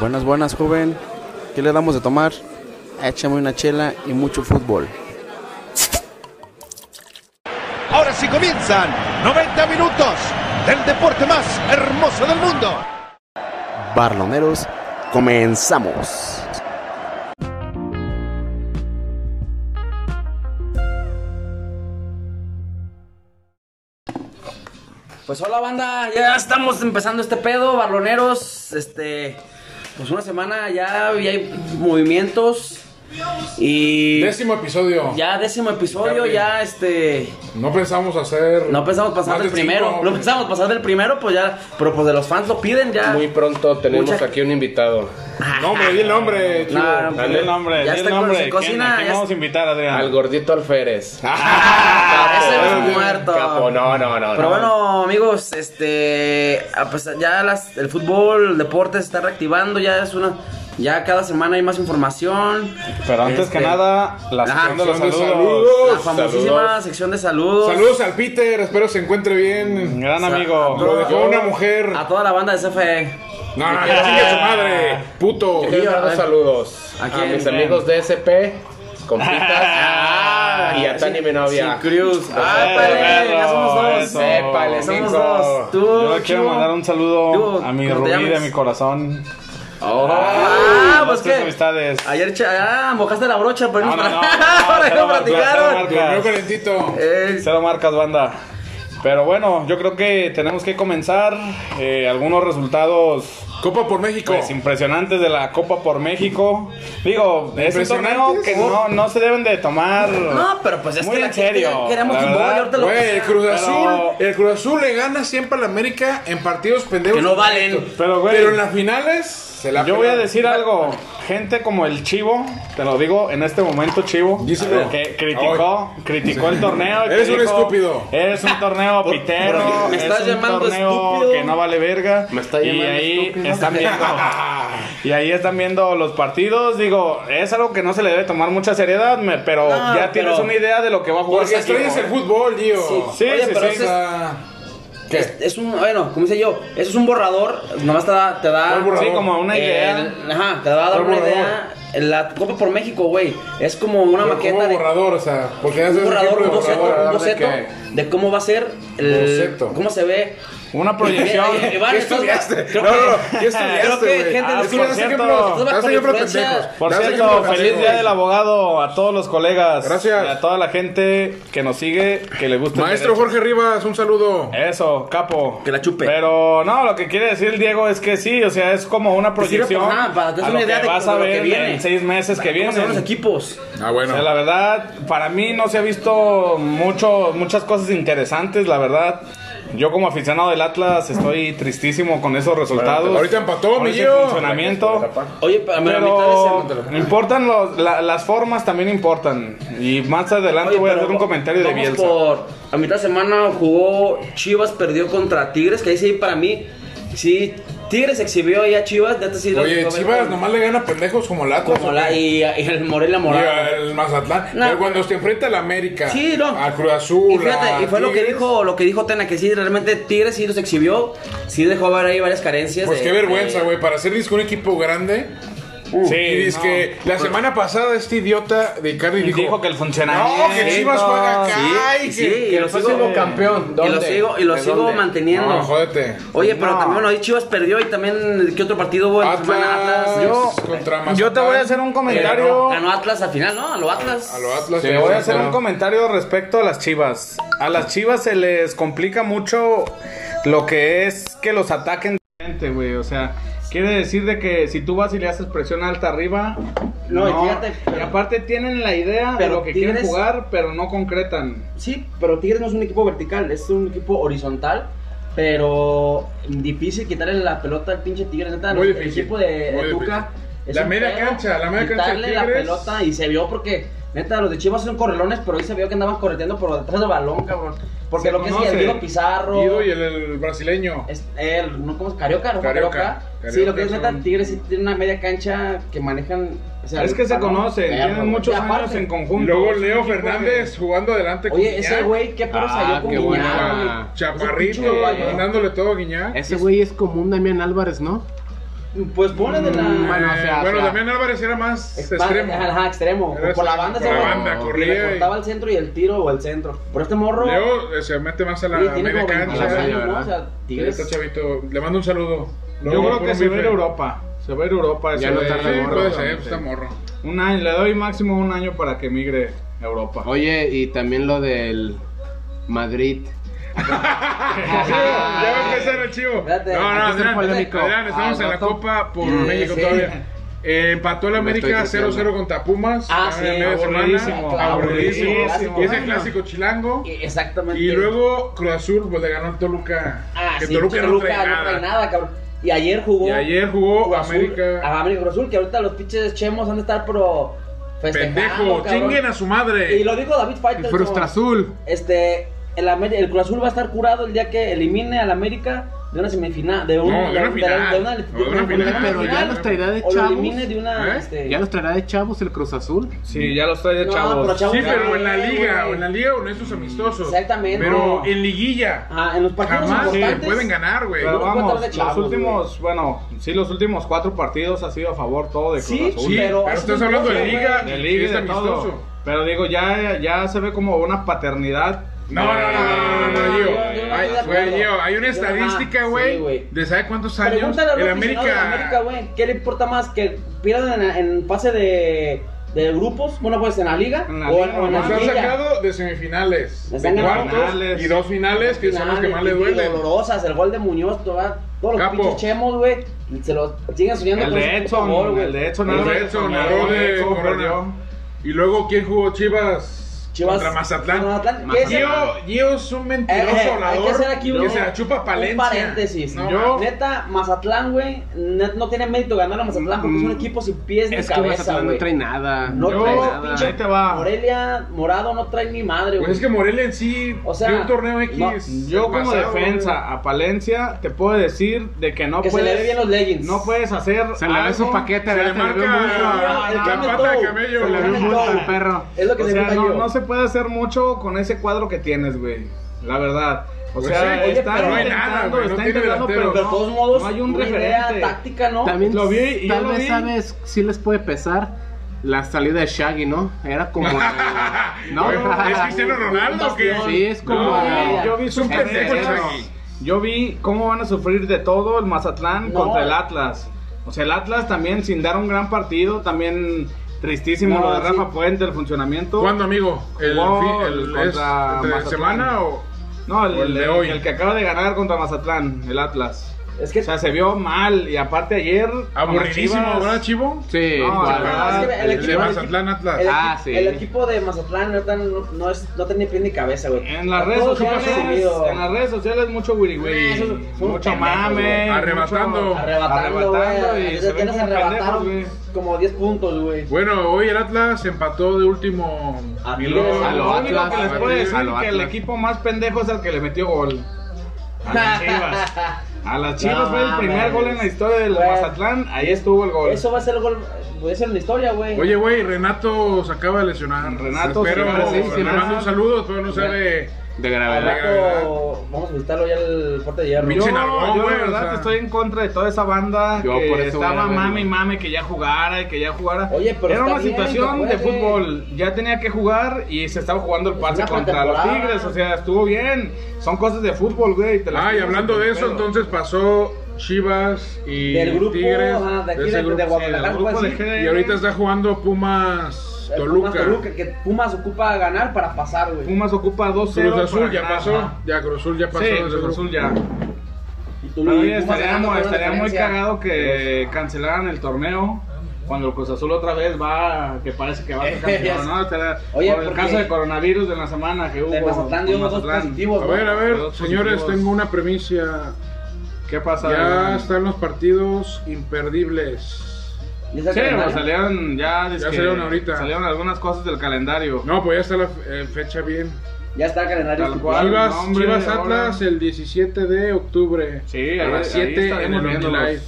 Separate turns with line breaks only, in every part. Buenas, buenas, joven. ¿Qué le damos de tomar? Échame una chela y mucho fútbol.
Ahora sí comienzan 90 minutos del deporte más hermoso del mundo.
Barloneros, comenzamos.
Pues hola banda, ya estamos empezando este pedo, barloneros, este, pues una semana ya, ya hay movimientos y
Décimo episodio.
ya décimo episodio,
Capi.
ya este,
No pensamos hacer.
no pensamos pasar
más
del
de cinco,
primero, no pensamos pasar del primero, pues ya, pero pues de los fans lo piden ya.
Muy pronto tenemos
Mucha-
aquí un invitado.
Nombre, di el nombre, chico.
No, no,
Dale el nombre,
ya
di
está
el nombre.
con se
¿Quién-
cocina,
¿A quién
ya
vamos a invitar, Adrián?
Al gordito alférez.
Ah. está- ese
Ah,
es
bien,
muerto.
Capo, no, no, no.
Pero
no.
bueno, amigos, este. a pesar- Ya las- el fútbol, el deporte se está reactivando. Ya es una. Ya cada semana hay más información.
Pero antes
Este,
que nada, la
Ajá.
sección de los
Sección de
saludos.
saludos.
La famosísima
saludos.
sección de saludos.
Saludos al Peter, espero se encuentre
Un
bien.
Gran amigo.
Sa-
Lo dejó una mujer.
A toda la banda de E. CFE.
No, no, ya sigue su madre. Puto.
Yo quiero dar los saludos
¿A
a,
quién?
mis amigos de SP, compitas y a Tani, mi novia.
Sin Cruz. Ah,
Eh,
padre,
perro,
ya somos dos.
eso.
Épale,
Somos
cinco.
dos. Tú,
Yo le
Chivo.
quiero mandar un saludo
Chivo,
a
¿cómo
mi
te
rubí de
llamas?
mi corazón.
Oh,
Ah,
ah, pues
nuestras
qué.
amistades.
Ayer cha- ah, mojaste la brocha, pero
No,
no,
no, no,
Ahora
se
no
lo marcó, se lo
platicaron.
marcó.
Durmió calentito.
Eh,
Cero marcas, banda. Pero bueno, yo creo que tenemos que comenzar eh, algunos resultados
Copa por México.
pues, impresionantes de la Copa por México. Digo, es un torneo
¿Impresionantes?
que no, no se deben de tomar.
No, pero pues es
Muy
que
en serio,
que- queremos
la
fútbol,
verdad.
y ahorita lo
Güey, el Cruz
Pero-
Azul, el Cruz Azul le gana siempre al América en partidos pendejos.
Que no valen.
Pero, güey.
Pero en las finales se la
Yo voy a
pelan.
decir algo, gente como el Chivo, te lo digo en este momento, Chivo,
Díselo.
que criticó, criticó el torneo. y que
Eres un
dijo,
estúpido.
Eres un torneo pitero.
me
es
estás
un
llamando
torneo
estúpido.
que no vale verga.
Me está
y
llamando
ahí
estúpido.
están viendo, y ahí están viendo los partidos. Digo, es algo que no se le debe tomar mucha seriedad, me- pero
No,
ya tienes
pero-
una idea de lo que va a jugar.
Porque
ese
estrellas el
equipo.
fútbol, tío.
¿eh? Sí,
Oye,
sí,
pero
sí.
O
ese-
sea,
Es, es un, bueno, como dice yo, eso es un borrador, nomás te da, te da
¿Cuál borrador?
Sí, como una idea.
el- ajá, te va a dar
¿Cuál
una
borrador?
idea. La Copa por México, güey, es como una
pero
maqueta
como
de
borrador, o sea, porque ya
un
sabes
borrador,
ejemplo de
un boceto,
borrador,
un
¿verdad?
boceto
De que-
de cómo va a ser el
Boceto.
cómo se ve.
Una proyección.
Eh, eh, Iván,
¿Qué
entonces,
estudiaste?
creo
no,
que-
no, no, ¿qué estudiaste,
creo que
güey?
gente
Ah,
de
Es que me das
cierto.
ejemplos, me
Entonces,
das
por
ejemplos
influencia-
pendejos.
Por
Me das
cierto,
ejemplos
feliz
pendejos.
día del abogado a todos los colegas.
Gracias.
Y a toda la gente que nos sigue, que le gusta. el
Maestro
derecho.
Jorge Rivas, un saludo.
Eso, capo.
Que la chupe.
Pero no, lo que quiere decir el Diego es que sí, o sea, es como una
Pues sirve
proyección.
para nada, para darte
a
una
lo
idea
que
de
vas
cómo-
a
de lo
ver
que viene.
en seis meses que
¿Cómo se ven
vienen.
los equipos?
Ah,
O sea, la verdad, para mí no se ha visto mucho, muchas cosas interesantes, la verdad. Yo como aficionado del Atlas estoy tristísimo con esos resultados.
ahorita empató,
con
mi
ese
Gio. Oh.
funcionamiento.
Oye, pero a mí la
Pero
mitad de ese-
importan los- la- las formas también importan. Y más adelante
Oye,
voy a
pero
hacer un
va-
comentario de
vamos
Bielsa.
por- a mitad de semana jugó Chivas, perdió contra Tigres, que ahí sí para mí, sí, Tigres exhibió ahí a Chivas, neta sí. lo-
Oye,
lo-
Chivas nomás le gana pendejos como el Atlas.
Como la, y, y el Morelia
Y
Morales.
al Mazatlán.
No.
Pero cuando se enfrenta al América,
Sí, no.
al Cruz Azul,
Y fíjate,
a
y fue lo que
Tigres,
dijo, lo que dijo Tena, que sí, realmente Tigres sí los exhibió, sí dejó ver ahí varias carencias.
Pues
de-
qué vergüenza,
de-
güey. Para ser disco un equipo grande.
sí,
y dice que la semana pasada este idiota de Icardi dijo,
dijo que el funcionamiento.
No, que Chivas juega acá.
Sí,
Ay,
sí,
que-
y lo
Fue
sigo
como campeón.
Y lo
¿Dónde?
sigo, y lo
¿De
sigo
dónde?
manteniendo.
No, jódete.
Oye, pero
No.
también bueno, ahí Chivas perdió y también ¿qué otro partido hubo en la semana? pues,
Atlas,
Yo-
contra Mazatlán.
Yo te voy a hacer un comentario.
Ganó Atlas al final, ¿no? A lo Atlas.
A lo Atlas.
Te
sí,
voy a
sí,
hacer
pero-
un comentario respecto a las chivas. A las chivas se les complica mucho lo que es que los ataquen de frente, güey. O sea, quiere decir de que si tú vas y le haces presión alta arriba.
No, y fíjate, pero-
y aparte tienen la idea
pero
de lo que quieren
Tigres-
jugar, pero no concretan.
Sí, pero Tigres no es un equipo vertical, es un equipo horizontal. Pero difícil quitarle la pelota al pinche Tigres. Neta,
Muy
el
difícil,
equipo de,
muy
de Tuca.
difícil.
es
La
un
media
pedo
cancha, la media cancha de
Quitarle la
Tigres.
pelota y se vio porque, neta, los de Chivas son correlones, pero hoy se vio que andaban correteando por detrás del balón, cabrón. Porque
Se
lo que es
conoce.
el Guido Pizarro.
Guido y el, el brasileño.
es- el, no, ¿cómo es? Carioca, ¿no?
Carioca.
Sí, lo que es
Carioca,
neta, Tigres sí tiene una media cancha que manejan. o sea,
es
el
que se
balón,
conocen,
perro,
tienen
güey.
muchos
Y aparte,
años en
Y
conjunto.
luego
Es un
Leo
equipo que-
Fernández jugando adelante con
Oye, ese
Guiñac.
güey, qué perro salió
Ah,
con
qué bueno.
Guiñac, güey. Pues,
Chaparrito,
¿eh? Ese pinche guayo.
dándole todo a Guiñac.
Ese güey es como un Damián Álvarez, ¿no?
Pues ponen de la.
Eh, Bueno,
Bueno,
o
o sea, o sea,
Damián Álvarez era más Mm, extremo.
Extremo. Ajá, extremo.
Era
por la
extremo,
banda
por la
se
banda, corría
Le
y-
cortaba el centro y el tiro o el centro. Por este morro.
Leo eh, se mete más a la
oye, tiene
media
como 22
cancha.
años, ¿no? O
¿verdad?
sea,
Sí,
Tigres.
está chavito. Le mando un saludo.
Yo creo que se va a ir a
Europa. Se va a ir a Europa.
ese güey.
Sí,
Sí,
puede
puede
ser, pues,
ser,
está morro.
Un año, le doy máximo un año para que migre a Europa.
Oye, y también lo del Madrid.
ya va a empezar el chivo.
Espérate,
no, no,
hay que ser
Adrián,
polémico.
Adrián, estamos
Ah,
en la
¿rato?
Copa por
Sí,
México
sí.
todavía. Eh, empató el
Me estoy
América
creciendo.
0-0 contra Pumas.
Ah,
también
sí,
en media semana.
aburridísimo,
Aburridísimo.
aburridísimo.
Y ese clásico chilango.
Eh, Exactamente.
Y luego Cruz Azul pues, le ganó al Toluca.
Ah,
que
sí,
Toluca, no trae nada.
cabrón. Y ayer jugó.
Y ayer jugó
Cruz Azul,
América.
A América Cruz Azul, que ahorita los pinches chemos han de estar, pero. festejando,
Pendejo,
cabrón.
chinguen a su
Y
madre.
lo dijo David Fighter.
El Frustra Azul.
Este, el, Amer- el Cruz Azul va a estar curado el día que elimine al América de una semifinal, de un-
No, de una final.
de una- de
No, de una final.
Pero ya los traerá de
o lo
chavos.
elimine de una,
¿Eh?
este-
Ya los traerá de chavos el Cruz Azul.
Mm.
Sí, ya los trae de
No,
chavos.
pero chavos
Sí,
no,
pero en la
güey.
liga, o en la liga o en esos amistosos.
Exactamente.
Pero
No.
en liguilla.
Ajá, en los partidos
Jamás le
importantes.
pueden ganar, güey.
Pero
No los puede
vamos,
traer de
los
chavos,
últimos, bueno, sí, los últimos cuatro partidos ha sido a favor todo de Cruz
Sí,
Azul.
Sí, pero,
pero eso
estás
es un
hablando de
clásico,
liga,
De liga y
es
de todo.
amistoso.
Pero digo, ya, ya se ve como una paternidad.
No, no, no, no, no, no, no,
Yo-
Gio.
yo no estoy de
Ay,
acuerdo.
güey, Gio, hay una
Yo- ajá,
estadística,
sí,
güey,
güey.
de sabe cuántos años
Pregúntale a los
el
aficionados
América.
de América, güey, ¿qué le importa más que pierdan en, en pase de, de grupos? Bueno, pues en la liga
En la
o,
liga,
o en la
Nos han
liguilla.
sacado de semifinales,
Nos
de
han ganado
cuartos
finales.
y dos finales que son los que más le
Finales,
duelen.
dolorosas, el gol de Muñoz, toda- todos los
Capo.
pinches chemos, güey, se los siguen soñando
El
con
de
ese puto
Edson,
gol, güey.
el de Edson
El
Álvarez.
Edson,
Corona,
error de
Edson,
Corona.
perdió.
Y luego, ¿quién jugó Chivas?
Chivas
contra Mazatlán.
contra Mazatlán. ¿Qué es el-
Gio, Gio es un mentiroso
Eh, eh, hay
hablador
que hacer aquí un,
que se la chupa a
un
Palencia.
paréntesis.
No,
Yo-
Neta, Mazatlán, güey, net- no tiene mérito ganar a Mazatlán porque es
Mm.
un equipo sin pies ni
Es que
cabeza,
Mazatlán no
güey.
trae nada.
No
Yo,
trae
pinche, Ah, ahí te va.
Morelia, Morado no trae ni madre,
Pues
güey.
es que Morelia en sí
O sea,
dio un torneo X.
no,
Yo
el
como
pasado,
defensa
güey.
a Palencia te puedo decir de que no
que se
puedes
le ve bien los leggings.
no puedes hacer
Se le ve su
algo-
paquete,
Se le
¿verdad? Se le ve
marca-
mucho.
Ah, el
la
Camel
pata de
Toe.
camello,
Se le
güey.
ve
Un
mucho
bulto
al
al perro.
Es lo que
o
se
sea,
me
no,
cayó.
no se puede hacer mucho con ese cuadro que tienes, güey. La verdad. O
Pues
sea,
sí, oye,
está
pero no hay
intentando,
nada, güey, no
está
tiene
intentando,
delantero.
Pero
pero,
de
no,
todos modos,
no hay un
una
referente.
idea táctica, ¿no?
También,
Lo vi y yo
tal
lo
vez,
vi.
¿sabes? Sí les puede pesar la salida de Shaggy, ¿no? Era como... el- ¿No?
Güey, ¿Es Cristiano Ronaldo o qué?
Sí, es como-
No, güey,
Yo vi
es un
sus
pendejo el
videos.
Chagui.
Yo vi cómo van a sufrir de todo el Mazatlán
No.
contra el Atlas. O sea, el Atlas también sin dar un gran partido, también tristísimo
No,
lo de
sí.
Rafa Puente, el funcionamiento.
¿Cuándo, amigo? ¿El,
Jugó
fi-
contra
el, es entre
Mazatlán.
semana o...?
No, el,
O el de
el-
hoy.
el que acaba de ganar contra Mazatlán, el Atlas.
Es que
O sea, se vio mal y aparte ayer
Aburridísimo,
con las Chivas-
¿verdad, Chivo? Ah,
Sí,
No,
igual.
la verdad.
Es que el
El de
equipo-
Mazatlán Atlas.
El,
Ah,
equi-
sí.
el equipo de Mazatlán no, tan- no, es, no tenía pie ni cabeza, güey.
En las redes
Todos ya han
sociales,
recibido-
en las redes sociales mucho wiri
Ah, esos son
mucho
pendejos,
mame,
güey.
Arrebatando.
mucho-
Arrebatando,
arrebatando
güey.
y se
Ya
ven
nos
como pendejos,
arrebataron
güey.
como 10 puntos, güey.
Bueno, hoy el Atlas empató de último
A
minuto.
lo-
A lo único
Atlas,
que les puedo
güey,
decir
a lo
que el
Atlas.
equipo más pendejo es el que le metió gol. A las Chivas. A las Chivas
No
fue el primer
mames.
gol en la historia del
Güey.
Mazatlán, ahí estuvo el gol.
Eso va a ser el gol. Puede ser una historia, güey.
Oye, güey, Renato se acaba de lesionar.
Renato se
Espero,
acaba de
le
lesionar.
mando un saludo, pero no sabe...
Al
De gravedad.
rato vamos a visitarlo ya al fuerte de hierro.
Yo,
Pinche nalgón,
yo
güey,
la
o
verdad
sea.
estoy en contra de toda esa banda
Yo por
que
eso voy a
estaba
verlo.
mame y mame que ya jugara y que ya jugara.
Oye, pero
Era
está
una
bien,
situación
que
de
juegue.
fútbol, ya tenía que jugar y se estaba jugando el pase
una
contra los
pretemporada.
Tigres, o sea, estuvo bien. Son cosas de fútbol, güey. te las
Ah, y
tienes
hablando
en
de
el
eso,
pelo.
entonces pasó Chivas y
Del grupo,
Tigres.
ajá, de aquí
ese
de- de
grupo, sí,
Guadalajara,
del grupo
pues,
de
sí.
G. Y ahorita está jugando Pumas
El
Toluca.
Pumas Toluca, que Pumas ocupa ganar para pasar, güey.
Pumas ocupa 2-0.
Cruz Azul
para
ya
ganar,
pasó.
ajá.
Ya Cruz Azul ya pasó.
Sí,
desde el
Cruz
grupo.
Azul ya.
Y tú-
Pero,
y
oye,
Pumas
estaría,
ganando
muy-
por una
estaría muy
diferencia.
cagado que cancelaran el torneo. Cuando el Cruz Azul otra vez va, que parece que va a ser campeón, ¿no? Estaría-
Oye,
por el
porque-
caso de coronavirus de la semana que hubo.
De Mazatlán dio
con
dos
Mazatlán.
positivos,
A ver, a ver,
Dos
señores,
positivos.
tengo una premisa.
¿Qué pasa?
Ya
Adrián?
están los partidos imperdibles.
Y es el
Sí, pues
calendario.
salieron ya, dizque
salieron ahorita.
Salieron algunas cosas del calendario.
No, pues ya está la eh, fecha bien.
Ya está el calendario.
Tal
estipulado.
cual.
Chivas,
no, hombre,
Chivas
ahora.
Atlas el 17 de octubre.
Sí,
a
ahí-
las
ahí
7 en
estaremos
el
viéndolos.
Omnilife.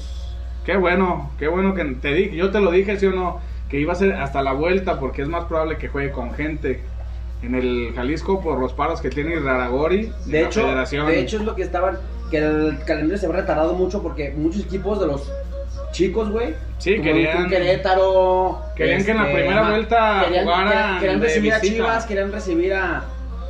Qué bueno, qué bueno que te dije, yo te lo dije, sí o no, que iba a ser hasta la vuelta porque es más probable que juegue con gente en el Jalisco por los paros que tiene Raragori.
De hecho, de hecho es lo que estaban, que el calendario se había retardado mucho porque muchos equipos de los chicos, güey.
Sí,
Como
querían-
un Querétaro. este,
Querían que en la primera
ajá,
vuelta
querían,
jugaran
querían- querían
de
recibir a
visita.
Chivas, querían recibir a.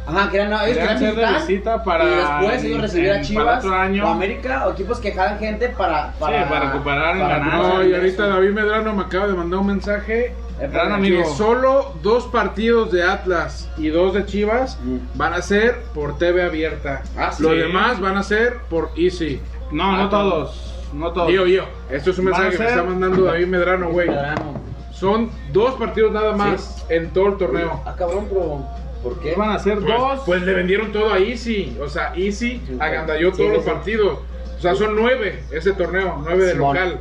Ajá, querían, no, ellos
Querían
querían,
ser de
visitar,
visita para-
Y después ellos recibir a
en-
Chivas.
para otro año.
O América, o equipos que jalan gente para. Para,
para recuperar el ganado.
recuperar
No,
No,
el
y
eso.
ahorita David Medrano me acaba de mandar un mensaje
Eh,
Gran
que
amigo.
solo dos partidos de Atlas y dos de Chivas
Mm.
van a ser por TV abierta.
Ah, sí.
Los demás van a ser por Easy. Ah,
No,
Ah,
no todos. No todos.
Yo, yo, esto es un
Van a
mensaje que me
ser-
está mandando David Medrano, güey.
Medrano.
Son dos partidos nada más en todo el torneo.
Ah, cabrón, pero. ¿Por qué?
Iban a ser
Pues,
dos.
pues le vendieron todo a Easy. O sea, Easy agandalló
Sí,
todos
sí,
los
sí.
partidos. O sea, son nueve ese torneo, nueve de
Simón.
local.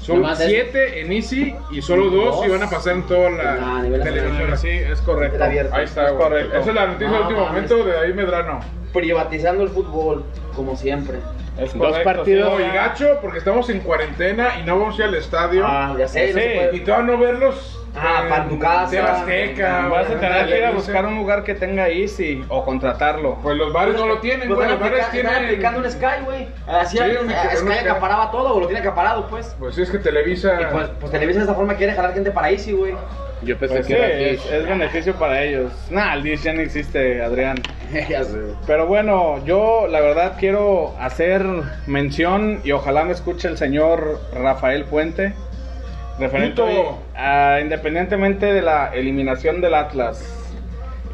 Son
Nomás es-
siete en Easy y solo dos
Dos.
iban a pasar en toda
Ah,
la
a nivel
televisión.
Sí, es correcto.
abierto.
Ahí está, güey.
correcto.
Esa es la noticia
No,
del último
mames.
momento de David Medrano.
Privatizando el fútbol, como siempre.
Es
Dos
correcto,
partidos.
sí.
y gacho, porque estamos en cuarentena y no vamos a ir al estadio.
Ah, ya sé, no
Sí.
se puede.
Y todavía no verlos.
Ah,
eh,
para tu casa.
de Azteca,
Vas a tener
güey,
que ir a
Televisa.
buscar un lugar que tenga Easy o contratarlo.
Pues los bares no lo tienen,
Pues
güey.
van
Los bares
aplica- Están
tienen.
aplicando un Sky, güey. Así
Sí,
eh,
un micro-
Sky
un Sky.
acaparaba todo, o lo tiene acaparado, pues.
Pues sí, es que Televisa.
Y pues, pues Televisa de esta forma quiere jalar gente para Easy, güey.
yo
Pues sí, es, es beneficio para ellos. Nah, el DISH ya no existe, Adrián.
ya sé, güey.
Pero bueno, yo la verdad quiero hacer mención y ojalá me escuche el señor Rafael Puente. Referente
Puto.
a, independientemente de la eliminación del Atlas,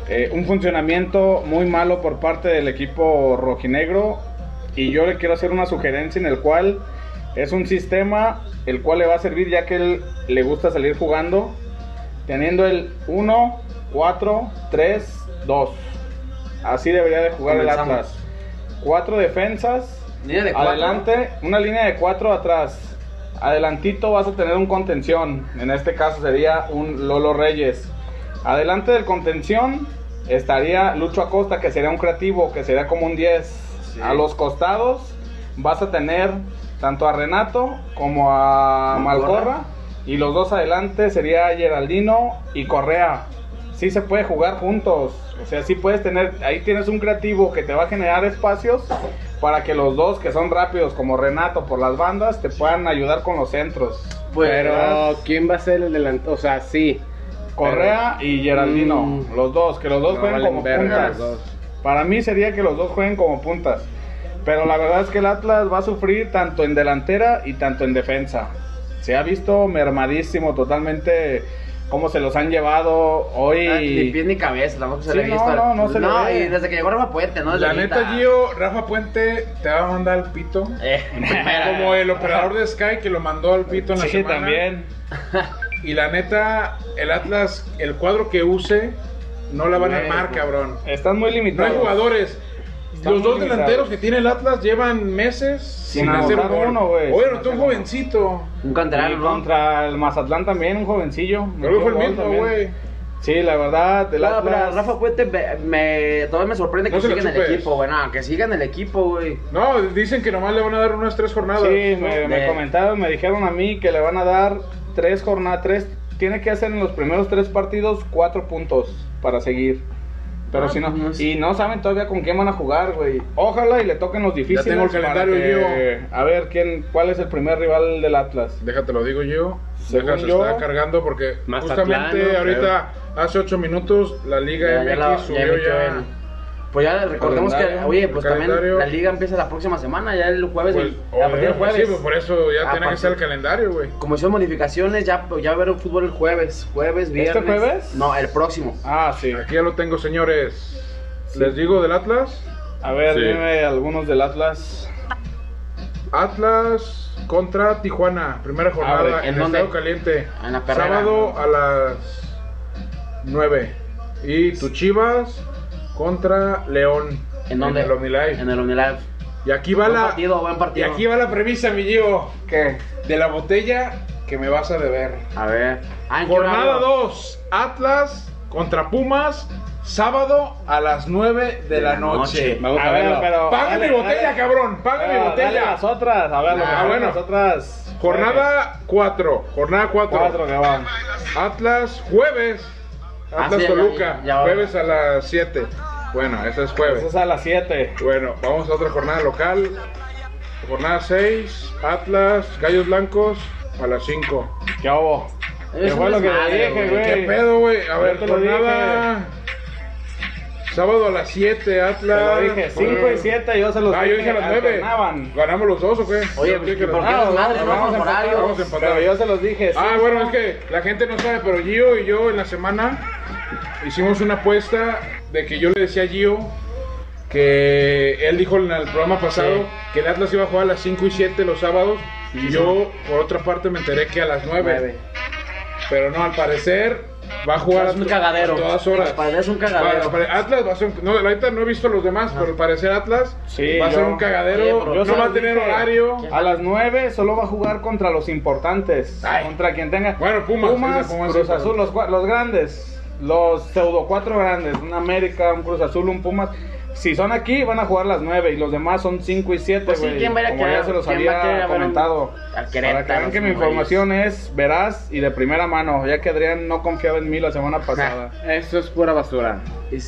eh, un funcionamiento muy malo por parte del equipo rojinegro y yo le quiero hacer una sugerencia en el cual es un sistema el cual le va a servir ya que él le gusta salir jugando teniendo el 1, 4, 3, 2. Así debería de jugar
Comenzamos.
el Atlas. Cuatro defensas,
Línea de cuatro.
adelante, una línea de cuatro atrás. Adelantito vas a tener un contención, en este caso sería un Lolo Reyes. Adelante del contención estaría Lucho Acosta, que sería un creativo, que sería como un 10. A los costados vas a tener tanto a Renato como a Malcorra. Y los dos adelante sería Geraldino y Correa. Sí se puede jugar juntos. O sea, sí puedes tener, ahí tienes un creativo que te va a generar espacios para que los dos que son rápidos como Renato por las bandas te puedan ayudar con los centros. Pero-
¿verdad? Pero. Pues, Pero ¿quién va a ser el delantero? O sea, sí.
Correa y Geraldino,
Mm.
los dos, que los dos
No
jueguen
valen
como
verga
puntas.
los dos.
Para mí sería que los dos jueguen como puntas. Pero la verdad es que el Atlas va a sufrir tanto en delantera y tanto en defensa. Se ha visto mermadísimo totalmente cómo se los han llevado hoy.
Ah, Ni pies ni cabeza, tampoco se
Sí,
le ha
no,
visto.
no, no se le
No,
ve.
y desde que llegó Rafa Puente, ¿no? Desde
La
ahorita.
neta, Gio, Rafa Puente te va a mandar al pito.
Eh, en primera.
Como el operador de Sky que lo mandó al pito en la
Sí,
semana.
también.
Y la neta, el Atlas, el cuadro que use, no la van a
Güey,
armar,
pues.
güey.
cabrón.
Están muy
No hay
limitados.
jugadores.
Están
Los dos
muy limitados.
delanteros que tiene el Atlas llevan meses sin, hacer
anotar
gol.
uno, güey.
Oye,
Sin
anotó un
hacer uno.
jovencito.
Un canterano,
Y
¿no?
contra el Mazatlán también, un jovencillo.
Creo que fue el
Gol
mismo,
también.
güey.
Sí, la verdad, el
No, pero
Atlas.
Rafa Puente me, me- todavía me sorprende
No
que
se la
siga en el
chupes.
equipo, güey. No, que siga en el equipo, güey.
No, dicen que nomás le van a dar unas tres jornadas.
Sí, me, me
De-
comentaron, me dijeron a mí que le van a dar tres jornadas, tres, tiene que hacer en los primeros tres partidos cuatro puntos para seguir. Pero
Ah,
si no,
pues no sé.
y no saben todavía con quién van a jugar, güey. Ojalá y le toquen los difíciles.
tengo el
para
calendario,
que- A ver, quién, ¿cuál es el primer rival del Atlas?
Déjate lo digo yo.
Según
Déjate, se
yo,
está cargando porque Mazatlán,
¿no?
justamente
Creo.
ahorita, hace ocho minutos, la Liga
Ya- ya
MX
la- ya
subió
metió
ya.
el- Pues ya recordemos que,
calendario,
oye, pues
el
también
calendario.
la liga empieza la próxima semana, ya el jueves.
Pues,
el-
o
a partir del
debería, pues,
jueves.
sí, pues, por eso ya
A
tiene que
partir-
ser el calendario, güey.
Como hicieron modificaciones, ya, ya va a haber un fútbol el jueves. Jueves,
¿Este
viernes.
jueves?
No, el próximo.
Ah, sí.
Aquí ya lo tengo, señores. Les digo del Atlas.
A ver,
Sí.
dime algunos del Atlas.
Atlas contra Tijuana, primera jornada
¿en
en,
dónde?
Estado Caliente.
En la perrera.
Sábado a las 9. Y tu Chivas contra León.
¿En dónde?
el Omnilife.
En el Omnilife.
Y aquí va
Buen
la
partido, buen
Y
partido.
aquí va la premisa, mi Gio,
¿Qué?
de la botella que me vas a deber.
A ver. Ah, ¿en qué
Jornada
horario?
2, Atlas contra Pumas, sábado a las 9 de, la, noche.
Me gusta verlo. Pero
Paga
dale,
mi botella,
dale.
cabrón, paga
Pero
mi
Ah, dale
botella.
las otras, a ver, lo que
Ah,
son
bueno.
las otras.
Jornada 4, jornada 4.
Cuatro que van.
Atlas jueves.
Ah,
Atlas
sí, ya,
Toluca.
ya, ya.
jueves a las 7. Bueno, eso es
Eso
jueves.
es a las 7.
Bueno, vamos a otra jornada local. Jornada 6, Atlas, Gallos Blancos, a las 5.
¿Qué hubo? ¿Qué
Eres
fue
un
lo que
desmadre,
te dije,
güey.
güey?
¿Qué pedo, güey? A
yo
ver,
te lo dije.
jornada. Sábado a las 7,
Te lo
Atlas.
dije, 5 y 7, yo se los
Ah, yo dije a las 9.
alternaban.
¿Ganamos los dos o qué?
Oye,
Yo dije que
¿por
las-
qué las
no,
madres no
vamos
vamos
a
por
empatar,
algo?
vamos a empatar.
Pero yo se los dije.
Ah,
sí,
bueno,
no.
es que la gente no sabe, pero Gio y yo en la semana hicimos una apuesta de que yo le decía a Gio que él dijo en el programa pasado que el Atlas iba a jugar a las 5 y 7 los sábados y yo por otra parte me enteré que a las 9. Pero no, al parecer va a jugar
Es un
to-
cagadero.
a todas horas.
Al parecer es un cagadero. Ah.
Vale, apare- Atlas va a ser un- no, ahorita no he visto los demás, pero al parecer Atlas
Sí,
va a ser
yo-
un cagadero,
Oye, pero
yo
no
se
va a
los
tener
dije.
horario.
A las 9 solo va a jugar contra los importantes. Contra quien tenga.
Bueno, Pumas, es de Pumas,
Cruz
sí, pero-
Azul, los, cua- los grandes. Los pseudo cuatro grandes. Un América, un Cruz Azul, un Pumas. Si son aquí, van a jugar las 9 y los demás son 5 y 7,
Pues sí,
güey.
¿quién va a ir a
Como
querer-
ya se los
quién va a querer a
había
ver un-
comentado.
al Querétaro,
Para que vean que mi
esos güeyes?
información es veraz y de primera mano. Ya que Adrián no confiaba en mí la semana pasada.
Eso es pura basura.
Pero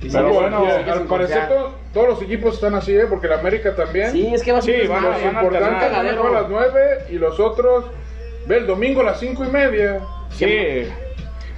Pero
bueno,
bueno,
al
sí,
parecer to- todos los equipos están así, ¿eh? porque el América también.
Sí, es que va a ser
Sí,
un
van a-
desmadre.
los
van a
importantes van a
alternar.
jugar a las 9 y los otros, ve el domingo a las 5 y media.
Sí.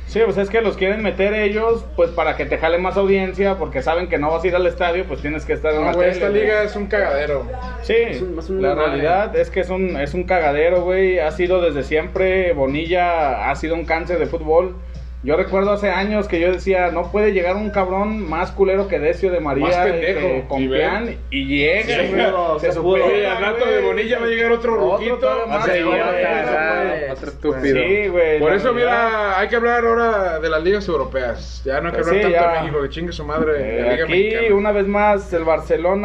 Sí, pues es que los quieren meter ellos, pues para que te jale más audiencia, porque saben que no vas a ir al estadio, pues tienes que estar en
No,
la
güey,
tele,
esta
güey.
liga es un cagadero.
Sí,
un- es un
la
desmadre.
realidad es que es un, es un cagadero, güey. Ha sido desde siempre, Bonilla ha sido un cáncer de fútbol. Yo recuerdo hace años que yo decía, no puede llegar un cabrón más culero que Decio de María,
Más
y
pendejo,
que
y ve.
Compeán, y llega,
Sí,
güey.
pudo,
se
se pudo.
supera,
Oye, al rato de
güey.
Bonilla va a llegar otro
Otro
ruquito.
todavía más
Otro
Sí,
idiota,
güey,
¿verdad?
güey.
Otro
Pues,
estúpido.
Sí, güey.
Por
la realidad.
eso, mira, hay que hablar ahora de las ligas europeas. Ya no hay que
Pues
hablar
sí,
tanto de
ya.
México, que chingue su madre.
Eh,
la liga
aquí
mexicana.
una vez más el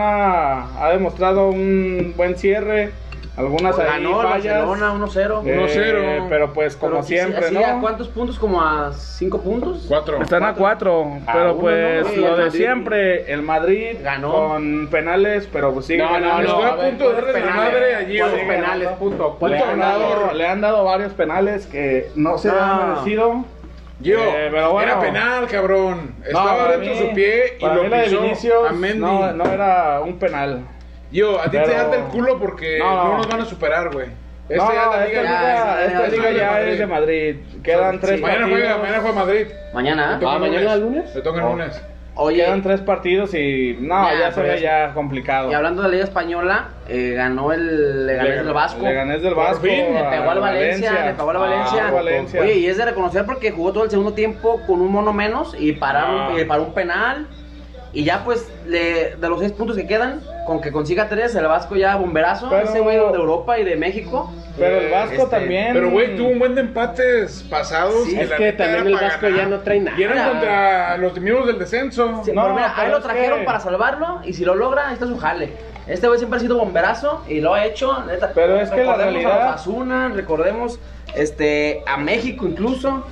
Barcelona ha demostrado un buen cierre, algunas ahí
Ganó el
fallas,
Barcelona 1-0.
eh,
1-0,
pero pues como
Pero sí,
siempre,
así,
¿no?
¿A cuántos puntos? ¿Como a 5 puntos?
Cuatro.
Están a cuatro, pero
uno,
pues
¿no? Sí,
lo
el
de
Madrid.
siempre, el Madrid
Ganó.
con penales, pero pues sigue
No, no,
ganando.
no,
Estoy
a
a
ver,
punto de darle la
penales?
madre allí.
¿Cuántos penales, puto?
Le
¿Cuántos
han, dado,
ganadores?
le han dado varios penales que no se han
No.
merecido.
Gio,
Eh, pero bueno.
era penal, cabrón.
No,
Estaba
para
dentro de
mí-
su pie y
para
lo
mí la de
pisó
Vinicius
a Mendy.
no, no era un penal.
Yo, a ti te
Pero-
arte el culo porque
No,
no,
no.
nos van a superar, güey. Esta
no, este
ya es la
esta
liga.
liga,
ya,
esta
ya,
liga
ya,
ya
ya,
es de Madrid. Quedan tres
Mañana
partidos.
juega, mañana juega Madrid.
Mañana. ¿eh?
Le toca
Ah, ¿mañana
el
lunes?
Le toca el lunes.
Oye,
Quedan tres partidos y no,
Nah,
ya se
pero
ve
es-
ya complicado.
y hablando de la Liga Española, eh, ganó el Leganés
Le-
del Vasco.
Le gané del
Por
Vasco.
fin.
Le pegó al Valencia, le pegó al
Ah,
Valencia.
Valencia.
Oye, y es de reconocer porque jugó todo el segundo tiempo con un mono menos y pararon,
Ah.
eh, paró un penal. Y ya pues, le- de los seis puntos que quedan, con que consiga tres, el Vasco ya bomberazo,
Pero-
ese güey de Europa y de México.
Pero el Vasco
Este,
también.
Eh, Pero, güey, tuvo un buen de empates pasados.
Sí,
y
Es
la
que
neta
también
era
el
para
Vasco
ganar.
ya no trae nada.
Y eran
Era-
contra los mismos del descenso.
Sí,
No,
pero mira, ahí
pero
lo
es
trajeron
que-
para salvarlo y si lo logra, ahí está su jale. Este güey siempre ha sido bomberazo y lo ha hecho. neta.
Pero es que la
Recordemos
realidad-
a los Asuna, recordemos este, a México incluso,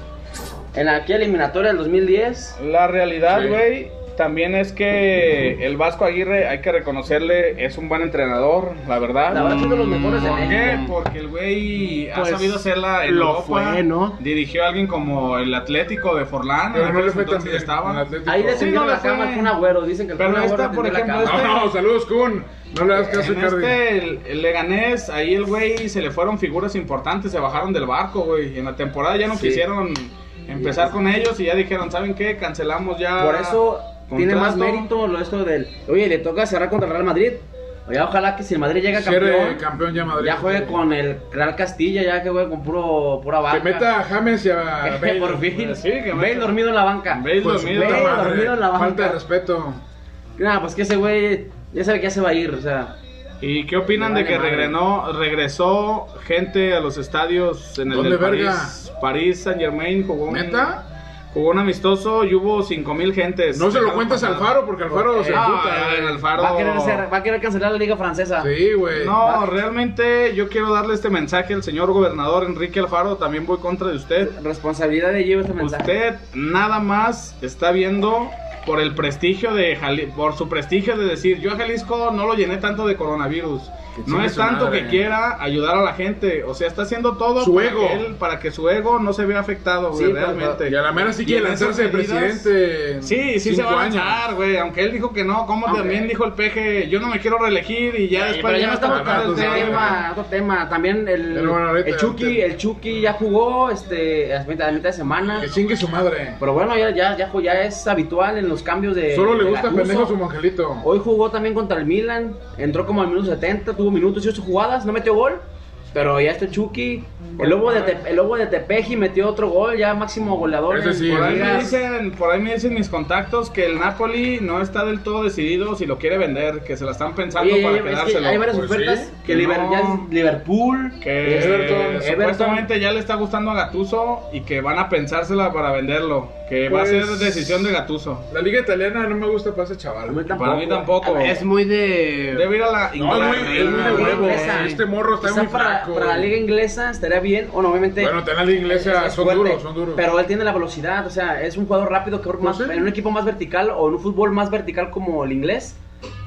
en aquella eliminatoria del 2010.
La realidad,
Sí.
güey, también es que el Vasco Aguirre, hay que reconocerle, es un buen entrenador, la verdad. Mm.
La verdad es uno de los mejores de
¿Por qué?
México.
Porque el güey ha
Pues,
sabido hacerla en
lo
Europa.
fue, ¿no?
Dirigió a alguien como el Atlético de Forlán.
Pero no le fue tan
entonces
bien. al
estaba.
Atlético.
Ahí le
Sí,
tendieron
no le
la cama
fue.
al Kun Agüero, dicen que el
Pero
Kun Agüero
esta, por
tendió la
ejemplo,
cama.
No, no, saludos, Kun. No le das caso a
En
Icardi.
este, el, el Leganés, ahí el güey se le fueron figuras importantes, se bajaron del barco, güey. En la temporada ya no
Sí.
quisieron empezar con ellos y ya dijeron, ¿saben qué? Cancelamos ya.
Por eso tiene más
Contrato.
mérito lo esto del... Oye, le toca cerrar contra el Real Madrid. Oye, ojalá que si el Madrid llega
Cierre
campeón,
campeón ya Madrid.
ya juegue con el Real Castilla, ya que juegue con puro, pura
Que
banca.
meta a James y a Bale.
Por fin.
Pues sí, que
Bale
meta.
dormido en la banca.
Bale
Pues,
dormido.
puta
Bale
madre.
dormido en la banca.
Falta de respeto.
Nah, pues que ese güey ya sabe que ya se va a ir, o sea.
¿Y qué opinan
Me
de que
vale madre.
regrenó- regresó gente a los estadios en el
¿Dónde,
de
verga?
París? París Saint Germain jugó un,
¿Neta?
jugó un amistoso y hubo 5000 gentes.
No se lo cuentes al Faro porque al Faro se
Ah,
puta.
el Alfaro.
Va a, querer ser- va a querer cancelar la liga francesa.
Sí, güey.
No, realmente yo quiero darle este mensaje al señor gobernador Enrique Alfaro, también voy contra de usted.
Responsabilidad de llevar este mensaje.
Usted nada más está viendo por el prestigio de Jali- por su prestigio de decir, yo a Jalisco no lo llené tanto de coronavirus. No
chingue
es
su
tanto
madre.
que quiera ayudar a la gente, o sea, está haciendo todo
Su
para,
ego.
Que él- para que su ego no se vea afectado, güey,
Sí, pero-
realmente.
Y a la mera sí
Y
quiere
en
lanzarse de
esas medidas-
presidente. en
Sí, sí se
cinco
va a
años.
lanzar, güey. Aunque él dijo que no, como
Aunque-
también dijo el peje, yo no me quiero reelegir y ya
Sí,
después
Eh, pero ya no
está
estamos
tocando
tocando
el tema.
tema, otro tema. También el,
Pero bueno, ahorita-
el Chucky,
ahorita-
el Chucky ya jugó este, a mitad, a mitad de semana.
Que chingue su madre.
Pero bueno, ya, ya, ya, ju- ya es habitual en los cambios de.
Solo le
de
gusta
Gattuso.
pendejo su monjelito.
Hoy jugó también contra el Milan, entró como al minuto 70, tuvo minutos y ocho jugadas, no metió gol, pero ya está Chucky. El lobo, de Te- el lobo de Tepeji metió otro gol, ya máximo goleador.
Ese
en
sí,
Por ahí,
ligas.
me dicen, por ahí me dicen mis contactos que el Napoli no está del todo decidido si lo quiere vender, que se la están pensando
Oye,
para
es que
quedárselo.
hay varias
Pues
ofertas
sí.
que Liber-
No.
ya es Liverpool,
Que
Everton,
supuestamente ya le está gustando a Gatuso y que van a pensársela para venderlo. Que va a ser
Pues-
decisión de Gatuso.
La liga italiana no me gusta para ese chaval.
Para mí tampoco.
Es muy de.
Debe ir a la
No, es muy, es muy de
Liga
huevo.
inglesa.
Este morro está
Quizá
muy
para,
flaco.
para la liga inglesa estaría bien, bueno, obviamente.
Bueno, está en la liga inglesa,
es
son
fuerte,
duros, son duros.
Pero él tiene la velocidad, o sea, es un jugador rápido que más,
sí.
en un equipo más vertical o en un fútbol más vertical como el inglés,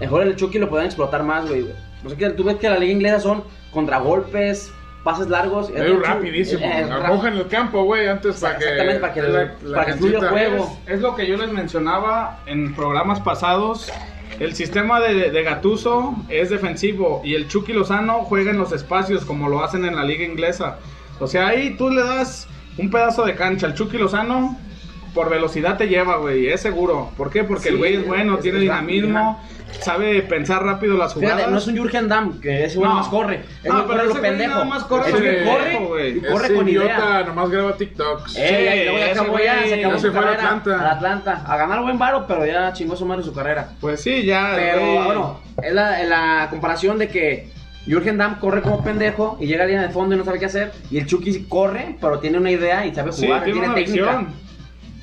mejor el Chucky lo pueden explotar más, güey. O sea, que tú ves que la liga inglesa son contragolpes, pases largos.
Es rapidísimo.
Es- es ra-
Acojan el campo, güey, antes para que.
Exactamente, para que, el- para que fluya el
gentita-
juego.
Es lo que yo les mencionaba en programas pasados. El sistema de, de Gatuso es defensivo y el Chucky Lozano juega en los espacios como lo hacen en la liga inglesa. O sea, ahí tú le das un pedazo de cancha. El Chucky Lozano por velocidad te lleva, güey, es seguro. ¿Por qué? Porque el güey es bueno,
es-
tiene
es
dinamismo, sabe pensar rápido las jugadas.
Fíjate, no es un Jürgen Damm, que ese güey
No.
más corre. Es
No,
más
pero
corre lo
ese güey
pendejo.
nada más corre
El
lo
Chucky
pendejo,
corre
güey.
y corre
Ese
con idea.
idiota, nomás graba TikToks.
Eh, ya-
Sí,
luego ya
ese
acabó ya,
güey
se acabó
ya se
su
fue a
carrera.
Atlanta.
A Atlanta. A ganar buen varo, pero ya chingó su madre su carrera.
Pues sí, ya.
Pero ah,
güey.
bueno, es la, es la comparación de que Jürgen Damm corre como pendejo y llega a línea de fondo y no sabe qué hacer. Y el Chucky corre, pero tiene una idea y sabe
Sí,
jugar,
tiene,
tiene,
una
técnica.
visión.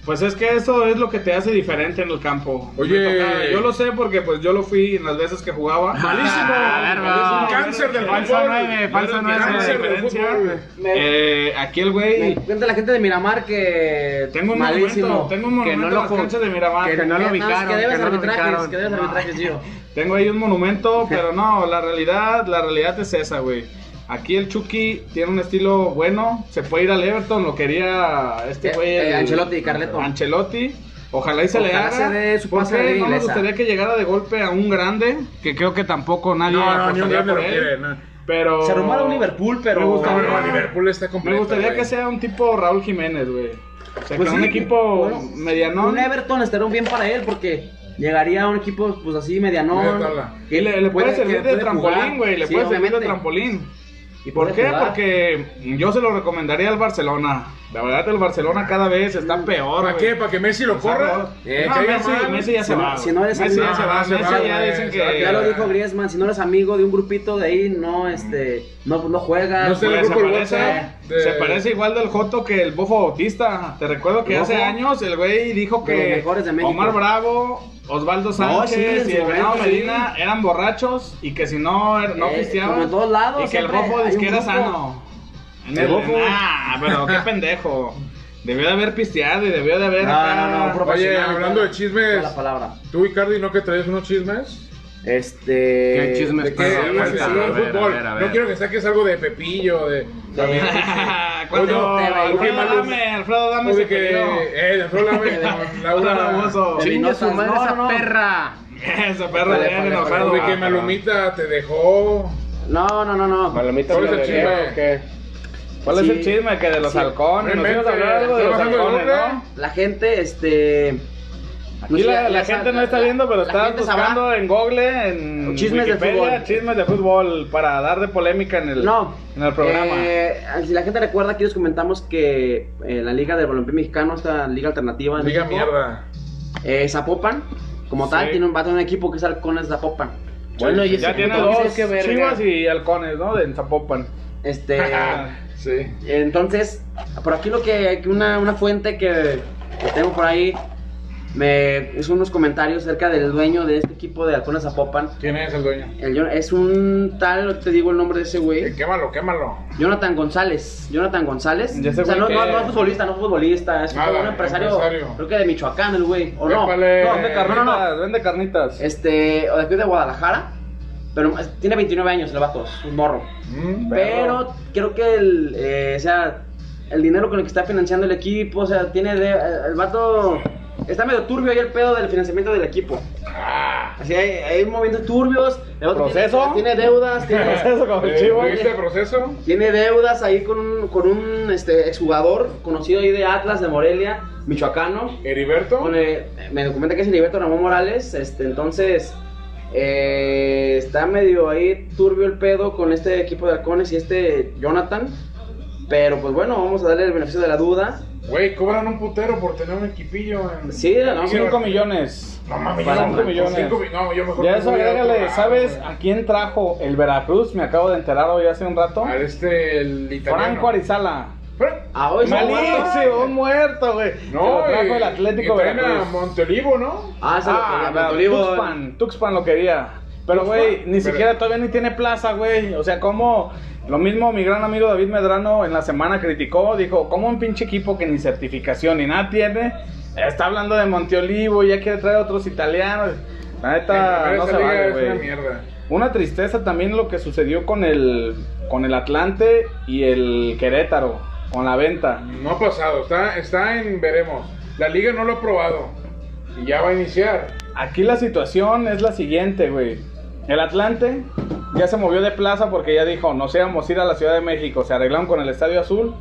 Pues es que eso es lo que te hace diferente en el campo.
Oye.
Me tocaba- yo lo sé porque pues yo lo fui en las veces que jugaba.
Malísimo.
verga.
Cáncer del
Falsa
fútbol.
nueve, falsa nueve.
Cáncer del
Diferencia.
fútbol, güey.
Eh, aquí el
Me
güey.
cuenta la gente de Miramar que
Tengo un monumento, tengo un monumento en las
con-
canchas de Miramar.
que
no
no
lo
lo ubicaron, que debes
que no lo
arbitrajes,
ubicaron.
que debes arbitrajes, tío.
Tengo ahí un monumento, pero no, la realidad, la realidad es esa, güey. Aquí el Chucky tiene un estilo bueno, se puede ir al Everton, lo quería este
Eh,
güey.
eh,
el-
Ancelotti, Carleto.
Ancelotti. Ojalá y se le
Ojalá
haga.
se dé su pase a la
porque
liga
no me
inglesa.
gustaría que llegara de golpe a un grande, que creo que tampoco nadie
No, no, ni un
apostaría
grande
por
lo
él,
quiere. no.
Pero
Se rumora un Liverpool, pero-
me
No,
gustaría,
no, Liverpool está
me
completo.
gustaría
güey.
que sea un tipo Raúl Jiménez, güey. O sea,
Pues
que un
sí,
equipo
bueno,
medianón.
Un Everton estaría un bien para él porque llegaría a un equipo pues así medianón.
Media tabla.
Y le, le puede,
que
servir de
puede
trampolín,
jugar.
güey. Le
Sí,
puede servir de
obviamente.
trampolín.
Y
¿Por
puede
qué?
jugar.
Porque yo se lo recomendaría al Barcelona. La verdad, el Barcelona cada vez está peor.
¿Para
güey.
qué? ¿Para que Messi lo corra?
Eh,
Que
No,
caiga
Messi,
mal.
Messi ya se
Si no-
va.
si
güey.
no eres
Messi ya
amigo-
se va.
Ah, se
Messi
va,
ya
güey,
dicen
se va a
que.
Ya lo dijo Griezmann, si no eres amigo de un grupito de ahí, no, este, no, no juegas.
No sé,
Pues,
el
se,
grupo de
parece,
WhatsApp de-
se parece igual del Joto que el Bofo Bautista. Te recuerdo que
¿El
hace
Bofo?
años el güey dijo
De los
que
mejores de México.
Omar Bravo, Osvaldo
sí, en
Sánchez
su
y el Venado
momento, sí.
Medina eran borrachos y que si no, er- no
Eh,
pisteaban.
como en todos lados,
Y que el
siempre
Bofo de
hay un
izquierda
grupo.
sano. En
El
el-
Bofo.
Nah, pero qué pendejo. Debió de haber pisteado y debió de haber. acá-
Oye,
profesional,
hablando de
claro.
chismes.
La palabra.
Tú, Icardi, ¿no que traes unos chismes?
Este.
¿Qué chisme?
¿De qué? pues?
Pero,
Sí,
cuéntalo,
sí,
a
de
ver, a
fútbol.
ver, a
No
ver.
quiero que saques algo de Pepillo, de...
Cuando
Oye,
Oye,
Alfredo
Maluma.
Dame, Alfredo
O
Dame
de
se
que...
peleó.
Eh, de Flor Lave con Laura...
Raboso.
Sí.
Chingue su madre
No,
esa
no, no.
perra.
Ese perro
Vale,
bien
vale,
enojado.
O de que Malumita te dejó...
No, no, no, no.
Palomita
¿Cuál es el chisme?
¿Cuál es el chisme? Que de los
Sí.
halcones. Nos ibas a hablar algo de los
¿Estás bajando
halcones,
el nombre?
¿no?
La gente, este. pues,
Aquí la, la gente no está viendo, pero está
están
buscando en Google, en
Chismes de
Wikipedia,
fútbol.
chismes de fútbol, para dar de polémica en el,
No.
en el programa.
Eh, si la gente recuerda, aquí les comentamos que eh, la Liga del Balompié Mexicano, esta liga alternativa. en
Diga
México,
mierda.
Eh, Zapopan, como
Sí.
tal, tiene un, va a tener un equipo que es Halcones Zapopan.
Bueno, y
ya
ese
tiene
puto-
dos
qué verga.
chivas y halcones, ¿no? De Zapopan.
Este.
Sí.
Entonces, por aquí lo que que una, una fuente que, que tengo por ahí me hizo unos comentarios acerca del dueño de este equipo de Halcones Zapopan.
¿Quién es el dueño?
El Jon- es un tal, te digo el nombre de ese güey.
Eh, quémalo, quémalo.
Jonathan González. Jonathan González.
Ya sé,
o sea, no,
güey,
no,
que-
no es futbolista, no es futbolista. Es
Nada,
un empresario,
empresario.
creo que de Michoacán, el güey. O no.
Épale.
No,
Vende
no,
carnitas,
no, no.
Ah, vende carnitas.
Este, o de aquí de Guadalajara. Pero es- tiene 29 años el vato, es un morro.
Mm,
Pero creo que el, eh, o sea, el dinero con el que está financiando el equipo, o sea, tiene de- eh, el vato está medio turbio ahí el pedo del financiamiento del equipo.
Ah,
Así hay, hay movimientos turbios, el vato
¿Proceso?
Tiene, tiene deudas, tiene,
con
eh, ¿Viste el proceso?
tiene deudas ahí con un, con un este, exjugador conocido ahí de Atlas de Morelia, michoacano.
Heriberto.
Bueno, eh, me documenta que es Heriberto Ramón Morales, este, entonces eh, está medio ahí turbio el pedo con este equipo de halcones y este Jonathan, pero pues bueno, vamos a darle el beneficio de la duda.
Güey, cobran un putero por tener un equipillo. En...
Sí, la- no,
5 millones.
No mames,
Para
yo
cinco
no, pues,
millones.
cinco mi- no, yo mejor.
Ya
me
eso
voy a
agrégale,
otro lado,
¿sabes
güey.
a quién trajo el Veracruz? Me acabo de enterar hoy hace un rato.
Al este, el italiano.
Franco Arizala.
Fra-
Ah, hoy se
Malísimo, un muerto, güey. No,
No,
lo trajo el
y-
Atlético
y traen a
Veracruz.
Montelivo, ¿no?
Ah, se lo
Ah,
quería,
pero
Montolivo.
Tuxpan, Tuxpan lo quería. Pero,
Tuxpan,
güey, ni
pero-
siquiera todavía ni tiene plaza, güey. O sea, como Lo mismo mi gran amigo David Medrano en la semana criticó, dijo, ¿cómo un pinche equipo que ni certificación ni nada tiene? Está hablando de Monteolivo, ya quiere traer otros italianos. La neta,
En primera
no
esa
se
liga
vale,
es una
güey.
mierda.
Una tristeza también lo que sucedió con el, con el Atlante y el Querétaro, con la venta.
No ha pasado, está, está en veremos. La liga no lo ha probado y ya va a iniciar.
Aquí la situación es la siguiente, güey. El Atlante ya se movió de plaza porque ya dijo, nos íbamos a ir a la Ciudad de México. Se arreglaron con el Estadio Azul.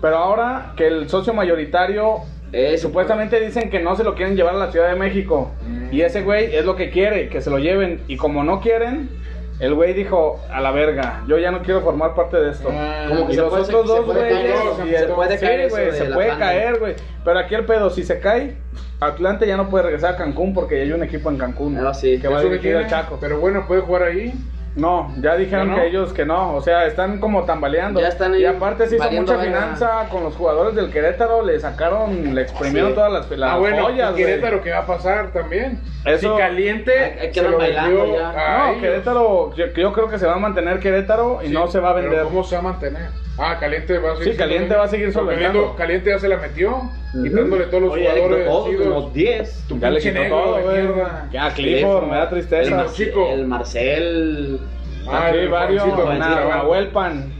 Pero ahora que el socio mayoritario
Eh,
supuestamente dicen que no se lo quieren llevar a la Ciudad de México.
Mm.
Y ese güey es lo que quiere, que se lo lleven. Y como no quieren, el güey dijo, a la verga, yo ya no quiero formar parte de esto.
Como que
y
Ah, se
los
puede-
otros
se
dos
puede caer
güeyes,
eso,
y
se
el-
puede caer
sí,
eso
güey,
de
se
la
puede
banda.
caer, güey. Pero aquí el pedo, si se cae, Atlante ya no puede regresar a Cancún porque ya hay un equipo en Cancún.
Ah, sí.
Que va
Eso que
dirigido al
tiene,
Chaco.
Pero bueno, puede jugar ahí.
No, ya dijeron
¿Ya no?
que ellos que no, o sea, están como tambaleando.
Ya están ahí
y aparte se hizo
valiendo
mucha
verga.
finanza con los jugadores del Querétaro, le sacaron, le exprimieron
Sí.
todas las, las
ah, bueno,
joyas,
y
güey.
Querétaro que va a pasar también.
Eso-
Si caliente,
Hay- hay que
se
andar
lo
bailando
vendió
ya.
a
No,
ellos.
Querétaro, yo, yo creo que se va a mantener Querétaro y
Sí,
no se va a
pero
vender.
¿Cómo se va a mantener? Ah, caliente va a seguir.
Sí, Caliente va a seguir
Pero
solventando.
Caliente- Caliente ya se la metió, quitándole todos los
Oye, ya le
jugadores.
quitó todos,
vencidos.
como 10.
Tu
Ya le
pinche
quitó
negro
todo,
de
güey.
mierda.
Ya, Clifford, me da tristeza.
Clifford. chico.
El Marcel.
Ah,
Aquí
el
varios,
Juancito,
Na-
Juancito, va.
Nahuel Pan.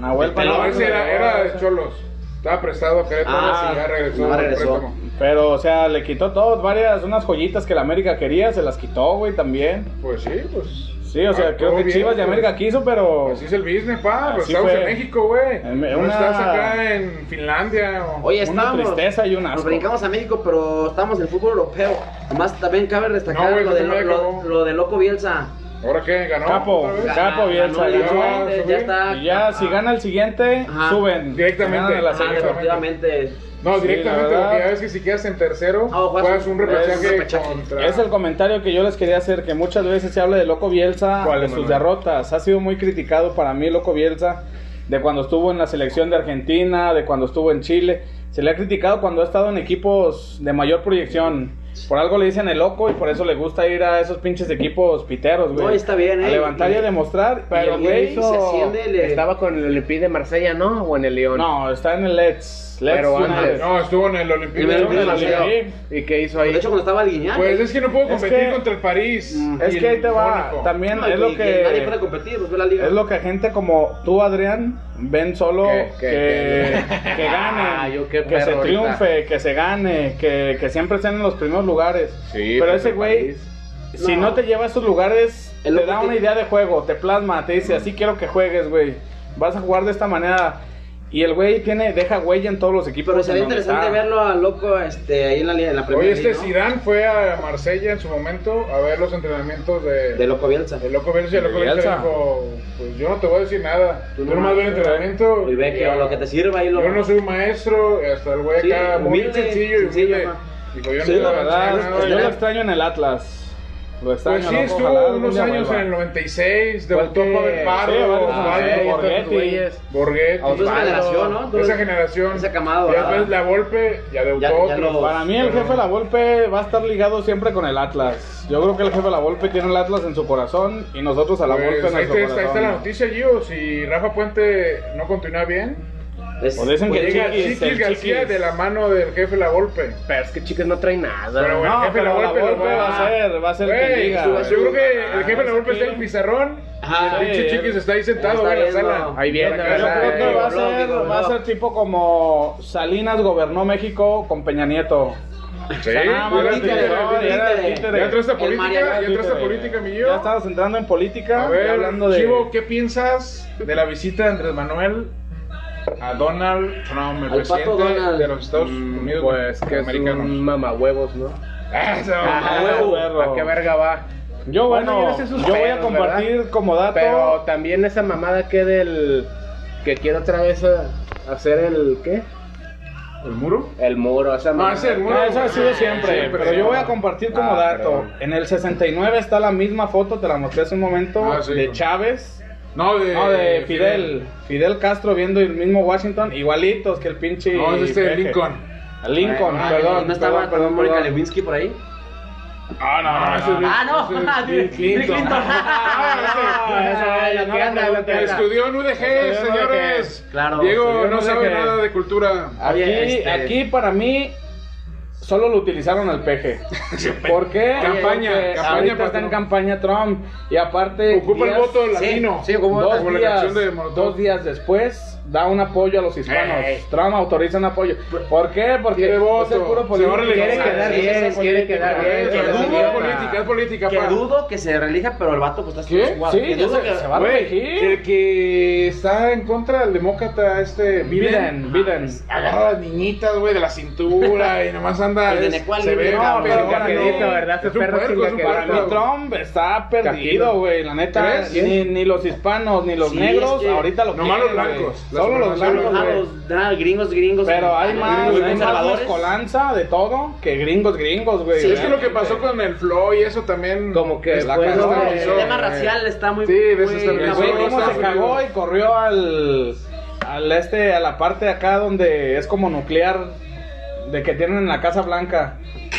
Nahuel Pan.
No, ese era, era de Cholos. Estaba prestado a Querétaro
Ah,
y ya regresó.
no
por
regresó.
préstamo.
Pero, o sea, le quitó todos, varias, unas joyitas que la América quería, se las quitó, güey, también.
Pues sí, pues.
Sí, o sea,
Ah,
creo
todo
que
bien,
Chivas de
pues.
América quiso, pero...
Así es el business, pa.
Así
pues estamos
fue.
en México, güey.
En- en
No
una-
estás acá en Finlandia. o-
Oye,
Una
estábamos.
tristeza y un
Nos
asco.
brincamos a México, pero estamos en el fútbol europeo. Además, también cabe destacar
No, güey,
lo,
no
de,
se me
lo,
acabó.
lo de Loco Bielsa.
¿Ahora qué? ¿Ganó?
Capo.
otra vez?
Capo
Ganó
Bielsa,
el
ya.
Alicante, ya está.
Y ya, si gana el siguiente,
Ajá.
suben.
Directamente.
Ganan a la
Ah,
selección.
deportivamente.
No,
Sí,
directamente,
la verdad.
porque ya ves que si quedas en tercero,
Ah, o juegas
juegas
un-
un
es un
repechaje
repechaje.
contra.
Es el comentario que yo les quería hacer, que muchas veces se habla de Loco Bielsa,
¿Cuál,
de sus
Manuel?
derrotas. Ha sido muy criticado para mí Loco Bielsa, de cuando estuvo en la selección de Argentina, de cuando estuvo en Chile. Se le ha criticado cuando ha estado en equipos de mayor proyección. Por algo le dicen el loco y por eso le gusta ir a esos pinches equipos piteros, güey.
No, está bien,
A
¿eh?
levantar y a demostrar.
Y
Pero,
el güey
güey,
se asciende, le-
Estaba con el Olympique de Marsella, ¿no? O en el León.
No, está en el Let's. Let's
Pero
una
antes.
vez.
No, estuvo en el Olympique.
Primero
de
en el
Marsella.
Sí.
¿Y qué hizo ahí?
De hecho, cuando estaba el Guiñac.
Pues es que no puedo
Es
competir
que-
contra el París.
Mm.
Es
y
que ahí
el
te va.
Mónaco.
También
no,
es
y-
lo
y Nadie
que.
puede competir, pues ve la liga.
Es lo que gente como tú, Adrián, ven solo
¿Qué?
que,
¿Qué?
que gane,
Ah, yo qué
que se
perro
triunfe,
ahorita.
que se gane, que, que siempre estén en los primeros lugares.
Sí,
Pero
pues,
ese
el
güey,
París.
si no te lleva a esos lugares,
El
te
loco
da
que-
una idea de juego, te plasma, te dice, así quiero que juegues, güey. Vas a jugar de esta manera. Y el güey tiene, deja huella en todos los equipos.
Pero sería
en donde
interesante
está.
verlo a Loco este, ahí en la, liga- en la
Oye,
Premier
este
League,
Zidane fue a Marsella en su momento a ver los entrenamientos de,
¿no? De Loco Bielsa.
El loco Bielsa, el loco
De
Bielsa
Bielsa.
dijo, pues yo no te voy a decir nada, tú nomás ve el entrenamiento.
Y ve que
ya.
lo que te sirva ahí lo.
Yo no soy un maestro, hasta el güey
Sí,
acá, muy
humilde,
sencillo y
sencillo,
humilde.
ajá.
Dijo, yo no
Sí,
te voy
la
a enseñar
verdad,
nada.
yo lo extraño en el Atlas. Lo extraño,
Pues sí,
loco,
estuvo
ojalá algún
unos
día
años
vuelva.
en el 96,
Fue el
debutó
que-
Pavel Pardo,
sí, varios
Osvaldo,
jugadores,
Borghetti,
estos
güeyes.
Borghetti,
A otra
Pardo.
generación, ¿no? Tú
Esa
eres-
generación.
esa camada,
Ya
¿verdad?
ves, la golpe, ya debutó
Ya- ya
otro.
no-
Para mí el
Pero-
jefe La Volpe va a estar ligado siempre con el Atlas. Yo creo que el jefe La Volpe tiene el Atlas en su corazón y nosotros a La
Pues,
Volpe en
ahí,
nuestro
te- ahí
corazón.
está, la noticia, Gio. Si Rafa Puente no continúa bien,
Es-
O dicen
pues
que
llega
Chiquis,
Chiquis,
el
García
Chiquis.
de la mano del jefe La Golpe.
Pero es que chicas no trae nada.
Pero bueno,
No,
el jefe
pero
La Volpe,
La Volpe
va
va a ser- va a ser el que
Güey,
diga,
yo
güey.
creo que el jefe
Ah,
La Golpe está en el
sí.
pizarrón.
Ajá.
el pinche
Sí,
Chiquis
él-
está ahí sentado
está
güey, en la
viendo.
sala.
Ahí viene,
Para
yo
que
Yo
la-
creo que va a
Digo,
ser,
no, digo,
va a
no.
ser tipo como Salinas gobernó México con Peña Nieto.
Sí,
O sea, nada más
era
el
títere,
director,
era
era el
títere.
títere.
Ya entraste a
El
política,
Mariano,
ya entraste a
Títere.
política, mi Gio.
Ya estabas entrando en política.
A
ya
ver,
hablando de...
Chivo, ¿qué piensas de la visita de Andrés Manuel a Donald Trump, el
Al
presidente
Pato Donald.
de los Estados
Mm,
Unidos?
Pues que es
americanos.
un mamahuevos, ¿no?
Ah, esa
Ah,
mamá.
huevo.
¿A qué verga va?
Yo, bueno,
Bueno, yo no sé sus
yo voy a
pedos,
compartir como dato.
Pero también esa mamada que del... Que quiero otra vez a- hacer el... ¿Qué?
¿El muro?
El muro. Esa
No,
Ah,
mamada.
ese el muro.
No, eso ha sido siempre,
Siempre,
pero yo voy a
no.
compartir como
Ah,
dato.
perdón.
En el 69 está la misma foto, te la mostré hace un momento,
Ah, sí.
de Chávez,
No, de,
no, de Fidel. Fidel Castro viendo el mismo Washington, igualitos que el pinche...
No, es este
peje.
Lincoln.
Lincoln,
Ah,
perdón.
¿No estaba
perdón, perdón,
también Mónica
perdón.
Lewinsky por ahí?
Ah, no, no, ese es Bill-
Ah, no,
ese es
Bill Clinton.
Ah, ese-
Ah, esa es la que anda, la que
Que
anda.
Estudió en UDG,
Estudió en
señores.
Claro.
Diego
estudió en
no sabe
UDG.
nada de cultura.
Aquí,
Oye, este-
aquí para mí solo lo utilizaron al peje. ¿Por qué? Porque
Campaña, campaña
ahorita
para
está en
Trump.
campaña Trump y aparte
Ocupa el
días-
voto latino.
Sí, como
dos,
como la
días,
canción de Molotov.
dos días después da un apoyo a los hispanos.
Ey.
Trump autoriza un apoyo. ¿por qué? Porque
Tiene voto.
es el puro
Se
político.
va a reelegir.
Quiere quedar
Sí,
bien,
es
quiere
político,
quedar bien.
Es
que
que
la
dudo
señora-
política, es política,
Que
pa.
dudo que se relija, pero el vato pues está
¿Qué?
guau,
Sí,
que
ya
dudo
se,
que-
se va a
Güey,
reelegir.
el que está en contra del demócrata, este
Biden,
Biden,
Biden.
agarra a las niñitas, güey, de la cintura y nomás anda.
El de
es-
Necuali,
se ve
no,
cabrón,
pero
cabrón.
caquerito,
¿verdad? Ese
Es un
perro sin
puerco, es un
caquerito.
Para mí
puerco.
Trump está perdido,
Tranquilo.
güey. La neta,
¿Crees?
ni, ni los hispanos, ni los
Sí,
negros,
es que-
ahorita lo
Nomás los
quieren, güey.
blancos. Las
Solo los
personas
blancos,
Ah,
güey.
los ah, gringos, gringos.
Pero hay
Ah,
más
gringos,
conservadores
gringos.
colanza de todo que gringos, gringos, güey.
Es que lo que pasó con el Flow y eso también.
Como que
la
fue,
casta
¿no?
lo
El
hizo,
tema
eh.
racial está muy.
Sí, de eso
muy
está bien.
El
cabrón.
güey cómo
Está
se cagó y corrió al, al este, a la parte de acá donde es como nuclear de que tienen en la Casa Blanca.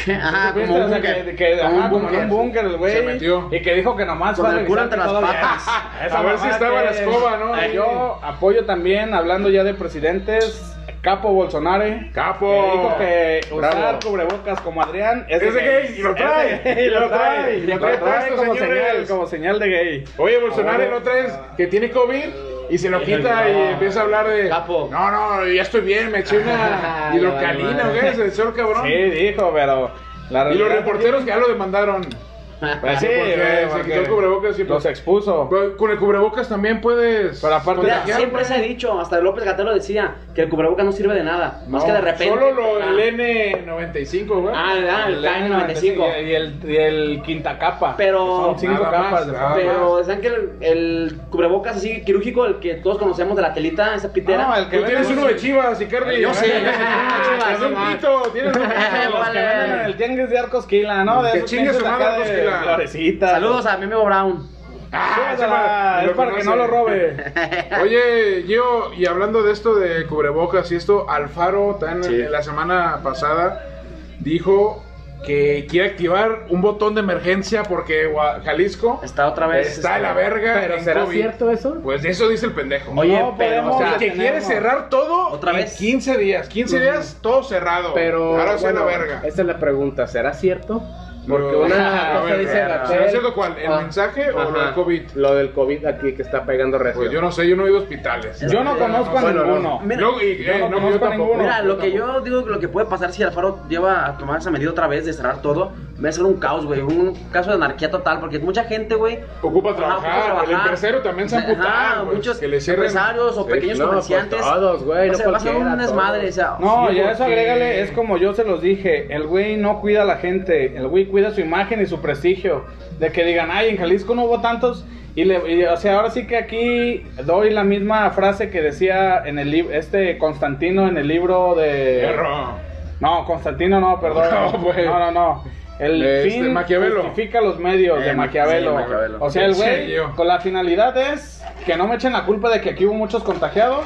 Ajá,
¿Supiste?
como un
O sea,
búnker.
que- que-
Como un
ajá, como en
búnker.
un búnker el güey.
Se metió.
Y que dijo que nomás
Con
va a
el culo
revisar
entre
que
las
todo bien.
patas.
Esa
A ver si
mamada
estaba
que-
la escoba, ¿no?
Ay, Yo apoyo también, hablando ya de presidentes, Capo Bolsonaro.
Capo.
Que dijo que usar
Bravo.
cubrebocas como Adrián es de
Es de gay, y lo trae,
Es de gay, y lo trae.
Lo
Lo trae
trae,
como
señores.
señal, como señal de gay.
Oye, Bolsonaro,
Ahora-
¿no traes que tiene COVID? Y se lo quita y empieza a hablar de.
Capo.
No, no, ya estoy bien, me eché una hidrocalina, güey, se echó el cabrón.
Sí, dijo, pero la
Y los
realidad-
reporteros que ya lo demandaron.
Ah,
Pues sí,
Porque
güey,
se
porque
quitó el cubrebocas y
Los expuso.
Pero Con el cubrebocas también puedes.
Pero aparte-
Mira,
contagiar,
siempre
güey.
se ha dicho, hasta López Gatelo decía que el cubrebocas no sirve de nada. más que de repente.
Solo lo,
Ah.
el N95, güey.
Ah, ah, el
Y,
K95.
el, y el quinta capa.
Pero-
que Son cinco
Nada
capas.
más,
de-
nada
Pero decían que el, el cubrebocas así quirúrgico, el que todos conocemos de la telita, esa pitera.
No, el que
Tú tienes
venden-
uno de Chivas, y Carly.
Yo sí, yo sí, tengo
Ah,
Chivas,
de un
no,
pito, tienes un pito.
Los que venden en el tianguis de Arcosquila, ¿no? De
Que
esos
chingue
pinches
su madre
acá de
Arcosquila.
Florecitas.
Saludos a Memo Brown.
Ah,
Chúpasela,
chúpala,
es
lo
para que no
conoce.
lo robe.
Oye, yo, y hablando de esto de cubrebocas y esto, Alfaro, tan, en la semana pasada, dijo que quiere activar un botón de emergencia porque Gua- Jalisco
Está otra vez. este,
está en la verga.
Pues, Pero
en
¿será
COVID.
cierto eso?
Pues eso dice el pendejo.
Oye,
No
pero.
podemos-
o sea,
y que quiere
tenemos.
cerrar todo
¿Otra
en
vez?
15 días. 15 días, todo cerrado.
Pero,
Ahora sí
bueno,
la verga.
esa es la pregunta, ¿será cierto? Porque
Lo-
una
A
cosa
ver,
dice
¿será
Gatel-
cierto cuál? ¿El
Ah,
mensaje o lo del
ajá.
COVID?
Lo del COVID aquí que está pegando recio.
Pues yo no sé, yo no he ido a hospitales.
Yo no conozco a
Bueno, no.
ninguno.
Mira,
No, y,
Yo
eh,
no
no,
conozco
yo
a
tampoco.
ninguno.
Mira, lo que yo digo que lo que puede pasar si Alfaro lleva a tomar esa medida otra vez de cerrar todo, va a ser un caos, güey, un caso de anarquía total, porque mucha gente, güey,
Ocupa
ajá, ocupa
trabajar, el empresario también se ha
Ajá,
amputado. pues,
muchos
que le cierren.
empresarios o
Sí,
pequeños
no, pues
comerciantes.
todos, güey,
o
no
sea, va a ser
cualquiera,
un desmadre,
todos.
o sea,
No,
Sí,
ya eso
porque-
agrégale, es como yo se los dije, el güey no cuida a la gente, el güey cuida su imagen y su prestigio, de que digan, ay, en Jalisco no hubo tantos, y, le, y, o sea, ahora sí que aquí doy la misma frase que decía en el libro, este Constantino en el libro de...
Perro.
No, Constantino no, perdón.
No,
No,
güey.
no, no. El
Este,
fin
Maquiavelo.
justifica los medios
Eh,
de
Ma-
Maquiavelo.
sí, Maquiavelo.
O sea, el
Sí,
güey,
yo.
con la finalidad es que no me echen la culpa de que aquí hubo muchos contagiados.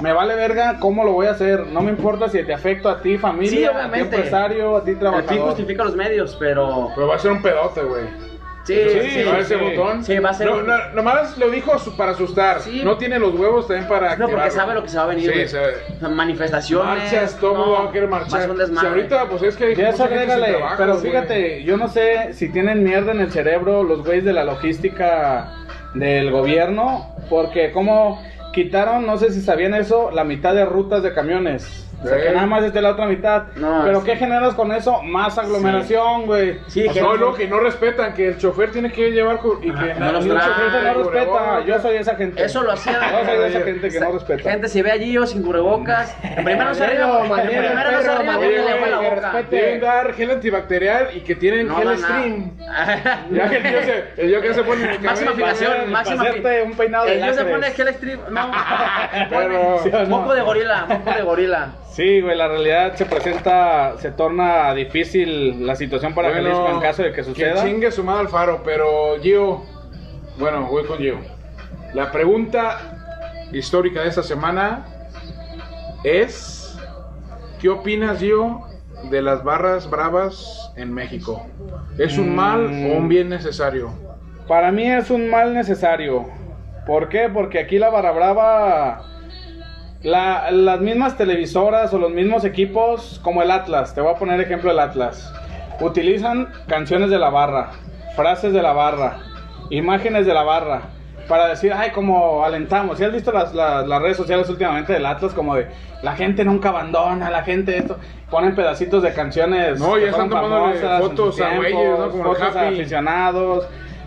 Me vale verga cómo lo voy a hacer. No me importa si te afecto a ti,
Sí,
familia, a ti,
obviamente.
empresario, a ti,
El fin
trabajador.
justifica los medios, pero. pues,
Pero va a ser un pedote, güey.
Sí, sí,
va a haber ese botón.
Sí, va a ser-
No, no, nomás lo dijo su- para asustar.
Sí.
No tiene los huevos también para.
No, porque
activarlo.
sabe lo que se va a venir.
Sí,
güey.
sabe.
O sea, Manifestaciones.
Marchas, todo mundo
no,
va a querer
va a
marchar.
ser un
si
desmadre.
ahorita, pues es que hay
Ya eso
mucha gente sin
agrégale,
trabajo,
pero
güey.
fíjate, yo no sé si tienen mierda en el cerebro los güeyes de la logística del gobierno, porque como quitaron, no sé si sabían eso, la mitad de rutas de camiones. O sea,
Sí.
que nada más esté la otra mitad.
No,
pero
es-
¿qué generas con eso? Más aglomeración, güey.
Sí,
O sea, no, no, que no respetan, que el chofer tiene que llevar. cu- Y que
no los
Mucha
trae,
gente no respeta.
cubrebocas.
Yo soy esa gente.
Eso lo hacía.
Yo soy esa gente que no respeta.
Gente, si ve allí yo sin cubrebocas. En primero no se
Manero,
arriba. En
manero,
primero no se
perro,
arriba porque
manero,
le llama la
que
boca.
respete.
Deben dar gel antibacterial y que tienen
No
gel
dan nada.
stream. Ya que el tío se, el tío que se pone en eh, el
Máxima
cabello.
fijación, máxima
Hacerte
fijación.
un peinado de
El dios se
lacres.
pone gel extreme. No.
Pero-
¿Sí o no?
Moco de gorila, moco de gorila.
Sí, güey, la realidad se presenta, se torna difícil la situación para
Bueno,
Jalisco en caso de que suceda.
Que chingue su madre al faro, pero Gio. Bueno, voy con Gio. La pregunta histórica de esta semana es: ¿Qué opinas, Gio, de las barras bravas en México? ¿Es un mal o
Mm.
un bien necesario?
Para mí es un mal necesario. ¿Por qué? Porque aquí la barra brava, la- las mismas televisoras o los mismos equipos, como el Atlas, te voy a poner ejemplo el Atlas, utilizan canciones de la barra, frases de la barra, imágenes de la barra, para decir, ay, como alentamos. Si has visto las, las- las redes sociales últimamente del Atlas, como de, la gente nunca abandona, la gente esto, ponen pedacitos de canciones.
No,
que
ya están
fueron
tomándole
famosas en sus
fotos a güeyes,
tiempos,
¿no? Como el
fotos a
Happy.
aficionados.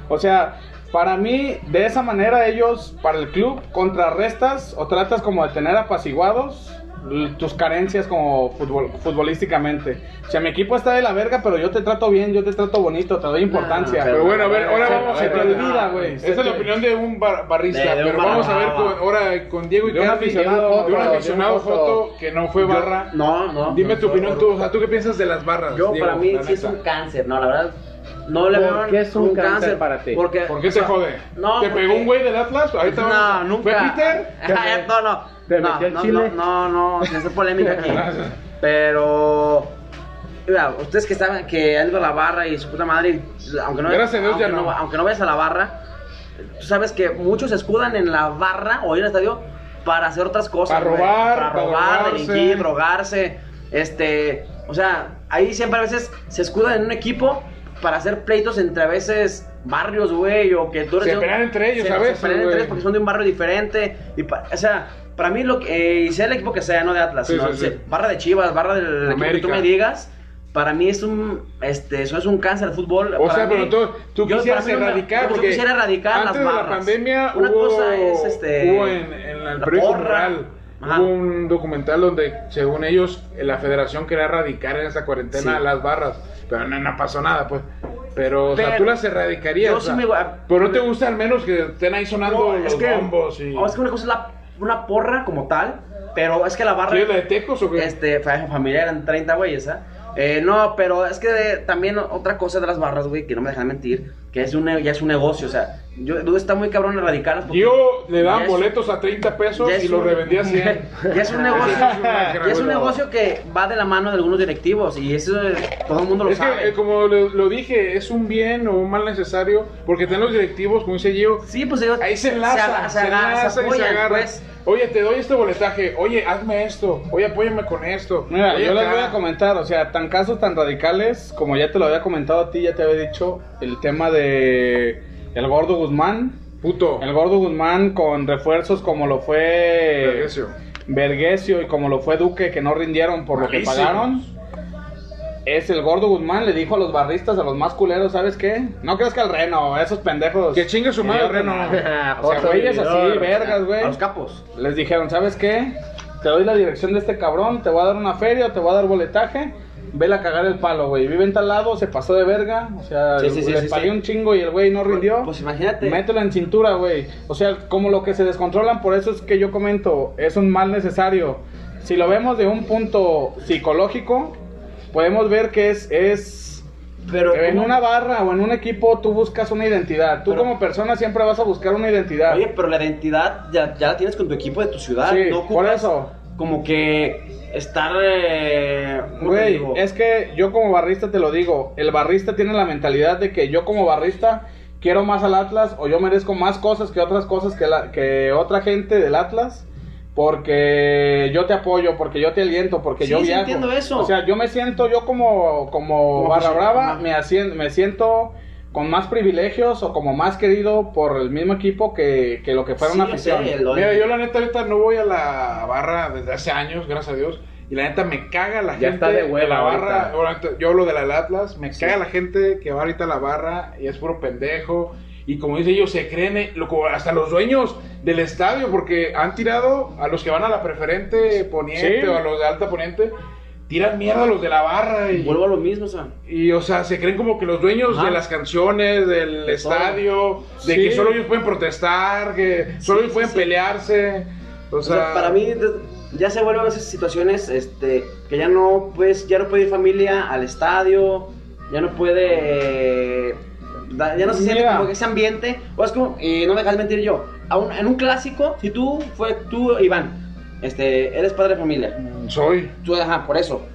O sea, para mí, de esa manera ellos, para el club, contrarrestas o tratas como de tener apaciguados l- tus carencias como futbol- futbolísticamente. O sea, mi equipo está de la verga, pero yo te trato bien, yo te trato bonito, te doy importancia.
Pero Ah, bueno, a ver, ahora
Se-
vamos
se
a
te olvida,
tratar.
güey.
Esta es la opinión de un bar- barrista,
De- de un
pero vamos a ver
barra
con,
brava.
ahora con Diego y
De un
Carly,
aficionado,
de un
Joto,
aficionado
de un Joto.
Joto que no fue barra.
No, no.
Dime tu opinión, tú, o sea, ¿tú qué piensas de las barras?
Yo,
Diego,
para mí,
la
sí es
neta?
un cáncer, no, la verdad. No le
¿Por
veo
qué es un cáncer para ti?
Porque,
¿Por qué te jode?
no,
¿Te
porque-
pegó un güey del Atlas? Ahorita
No,
vamos-
nunca.
¿Fue Peter?
Ay, no, no.
¿Te
no,
metió el
no,
chile?
No, no, no, sin hacer polémica aquí. Pero. Mira, ustedes que estaban, que han ido a la barra y su puta madre, y aunque no,
Gracias a Dios ya
aunque
no.
aunque no vayas a la barra, tú sabes que muchos se escudan en la barra o ir al estadio para hacer otras cosas.
Para
güey.
robar,
para
para
robar,
drogarse.
delinquir, drogarse, este, o sea, ahí siempre a veces se escudan en un equipo para hacer pleitos entre a veces barrios, güey, o que tú eres
Se
de un-
pelean entre ellos
se-
a veces,
Se pelean entre
güey.
ellos porque son de un barrio diferente. Y pa- o sea, para mí, lo que, eh, y sea el equipo que sea, no de Atlas,
Sí,
sino
sí, sí.
se- barra de Chivas, barra del equipo que
América.
tú me digas, para mí es un, este, eso es un cáncer al fútbol.
O
Para
sea, pero
mí-
tú, tú
yo-
quisieras
para mí no me-
erradicar,
yo
porque
quisiera erradicar
antes
las
de la
barras.
pandemia
Una
hubo,
cosa es, este,
hubo en, en el
la
periódico
porra.
Rural,
Ajá.
hubo un documental donde, según ellos, la federación quería erradicar en esa cuarentena
Sí.
las barras, pero no, no pasó nada, pues. Pero, o sea,
Pero
tú las erradicarías.
yo
o sea,
sí me voy a-
pero no te gusta al menos que estén ahí sonando
No,
los
es que,
bombos y...
no, es que una cosa es la, una porra como tal, pero es que la barra...
¿Sí es la de Tecos o qué?
Este, fa- familia eran 30 güeyes, ¿ah? Eh, no, pero es que eh, también otra cosa de las barras, güey, que no me dejan mentir, que es un, ne- ya es un negocio, o sea, yo, dude, está muy cabrón erradicarlas. porque
Yo le daban
ya es-
boletos a 30 pesos
ya es
y los
un-
revendía ¿eh? a 100.
Ya es un negocio,
Esa es una
ya es un
gran-
negocio que va de la mano de algunos directivos y eso eh, todo el mundo lo
Es que,
sabe.
eh, como lo, lo dije, es un bien o un mal necesario, porque están los directivos, como dice Gio,
sí, pues ellos
ahí se
aga-
enlazan, se,
aga- se
enlazan y se
apoyan,
agarran.
pues.
Oye, te doy este boletaje, oye, hazme esto, oye, apóyame con esto.
Mira,
Oye,
yo les
acá.
voy a comentar, o sea, tan casos tan radicales, como ya te lo había comentado a ti, ya te había dicho, el tema de el gordo Guzmán.
Puto.
El gordo Guzmán con refuerzos como lo fue
Vergesio.
Vergesio y como lo fue Duque, que no rindieron por
Malísimo.
lo que pagaron. Es el gordo Guzmán, le dijo a los barristas, a los más culeros, ¿sabes qué? No creas que al reno, esos pendejos.
Que chingue su madre,
Dios,
Reno.
Ah,
O sea, güeyes así, vergas, güey.
A los capos.
Les dijeron, ¿sabes qué? Te doy la dirección de este cabrón, te voy a dar una feria, te voy a dar boletaje. Vela a cagar el palo, güey. Vive en tal lado, se pasó de verga. O sea,
Sí, sí, sí,
le
sí,
pagué
sí.
un chingo y el güey no rindió.
Pues imagínate.
Mételo en cintura, güey. O sea, como lo que se descontrolan, por eso es que yo comento, es un mal necesario. Si lo vemos de un punto psicológico, podemos ver que es, es
Pero
En
¿cómo?
una barra o en un equipo tú buscas una identidad. Tú
Pero-
como persona siempre vas a buscar una identidad.
Oye, pero la identidad ya, ya la tienes con tu equipo de tu ciudad.
Sí,
no
por
ocupas
eso.
Como que estar. eh, ¿cómo te
Güey,
digo?
es que yo como barrista te lo digo, el barrista tiene la mentalidad de que yo como barrista quiero más al Atlas o yo merezco más cosas que otras cosas que, la- que otra gente del Atlas porque yo te apoyo, porque yo te aliento, porque
Sí,
yo
sí
viajo.
entiendo eso.
O sea, yo me siento yo como como
Como
barra
José-
brava,
ajá.
me asien- me siento con más privilegios o como más querido por el mismo equipo que, que lo que fuera
Sí,
una
yo sé,
afición.
lo-
Mira, yo la neta ahorita no voy a la barra desde hace años, gracias a Dios. Y la neta me caga la gente.
Ya está de hueva
la
ahorita.
barra. ahora, yo hablo de la del Atlas. Me caga la gente que va ahorita a la barra y es puro pendejo. Y como dicen ellos, se creen eh, lo- como hasta los dueños del estadio, porque han tirado a los que van a la preferente poniente
Sí.
o a los de alta poniente. Tiran mierda a los de la barra. Y,
Vuelvo a lo mismo, o sea.
y, o sea, se creen como que los dueños
Ajá.
de las canciones,
De
del
todo.
estadio,
Sí.
de que solo ellos pueden protestar, que solo ellos pueden pelearse. O
O
sea,
sea, para mí de- ya se vuelven esas situaciones este, que ya no, pues, ya no puede ir familia al estadio, ya no puede... eh, da- ya no se siente
Mira.
como que ese ambiente. O es como, y no me dejas mentir yo, a un- en un clásico, si tú, fue, tú Iván, este, eres padre de familia,
soy.
tú, ajá, por eso.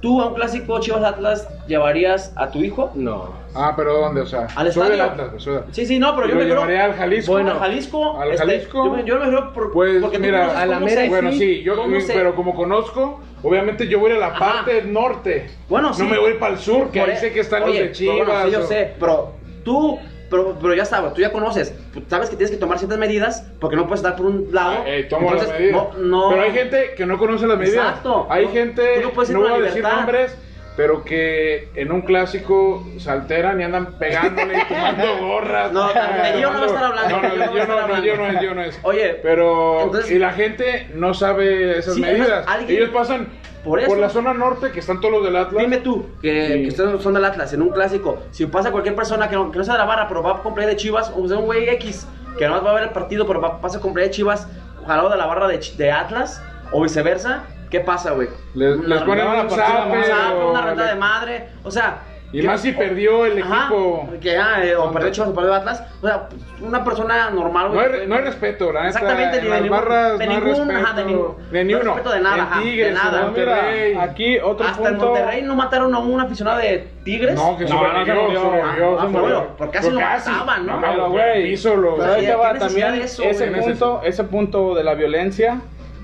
¿Tú a un clásico Chivas Atlas llevarías a tu hijo?
No.
Ah, pero ¿dónde? O sea,
¿Al
soy
estadio?
del Atlas, pues, soy del-
Sí, sí, no, pero
Yo
yo me creo...
llevaría al Jalisco.
Bueno, al Jalisco.
Al
este,
Jalisco.
yo me- yo me creo por-
Pues
porque tú
mira,
conoces
a la
cómo
mera
se-
Bueno, sí, yo,
cómo se-
pero como conozco, obviamente yo voy a la
Ajá.
parte norte.
Bueno, sí.
No me voy para el sur, que
Por
ahí
e-
sé que están
Oye,
los de Chivas.
pero bueno, sí, yo
o-
sé, pero tú, pero, pero ya sabes, tú ya conoces, tú sabes que tienes que tomar ciertas medidas porque no puedes dar por un lado.
Ah, eh, tomo las
Entonces,
medidas.
No, no.
Pero hay gente que no conoce las medidas.
Exacto.
Hay
No,
gente,
tú no puedes ir
no
con
voy
la
a decir
libertad.
nombres, pero que en un clásico se alteran y andan pegándole y tomando gorras.
No, de yo no voy a estar hablando,
No, no,
de yo no voy a
yo no,
estar
no, yo no
hablando.
es, yo no es.
Oye,
pero
entonces-
y la gente no sabe esas
Sí,
medidas.
además, alguien-
Ellos pasan
Por
por,
eso.
la zona norte que están todos los del Atlas.
Dime tú, que,
Sí.
que ustedes son del Atlas, en un clásico, si pasa cualquier persona que no, que no sea de la barra, pero va a cumplir de Chivas, o sea, un güey X, que no va a ver el partido, pero va, pasa a cumplir de Chivas, ojalá de la barra de, Chi- de Atlas, o viceversa, ¿qué pasa, güey?
Les-
Una
les
rondada-
ponen un zape
un zape,
o-
una renta de madre, o sea...
Y
que-
más si perdió el
Ajá,
equipo.
Que ya, eh, o perdió Chivas o perdió Atlas. O sea, una persona normal,
No
güey.
hay, no hay respeto, la neta.
Exactamente,
en
ni de
las
ningún-
barras
de
no hay
ningún-
respeto.
ajá, de ningún-
De
no hay
ni uno.
respeto de nada,
En
ajá, de
Tigres, en
nada.
Monterrey.
Mira, aquí otro
Hasta en
punto.
Monterrey no mataron a un aficionado de Tigres.
No, que
No,
sobrevivió,
no se murió,
sobrevivió,
ah,
se murió.
bueno, porque casi
Pero
lo mataban, ¿no?
pero,
güey,
Hizo lo.
Pero ahí
¿qué
te va
necesidad
también
de eso,
ese
güey?
punto, ese punto de la violencia.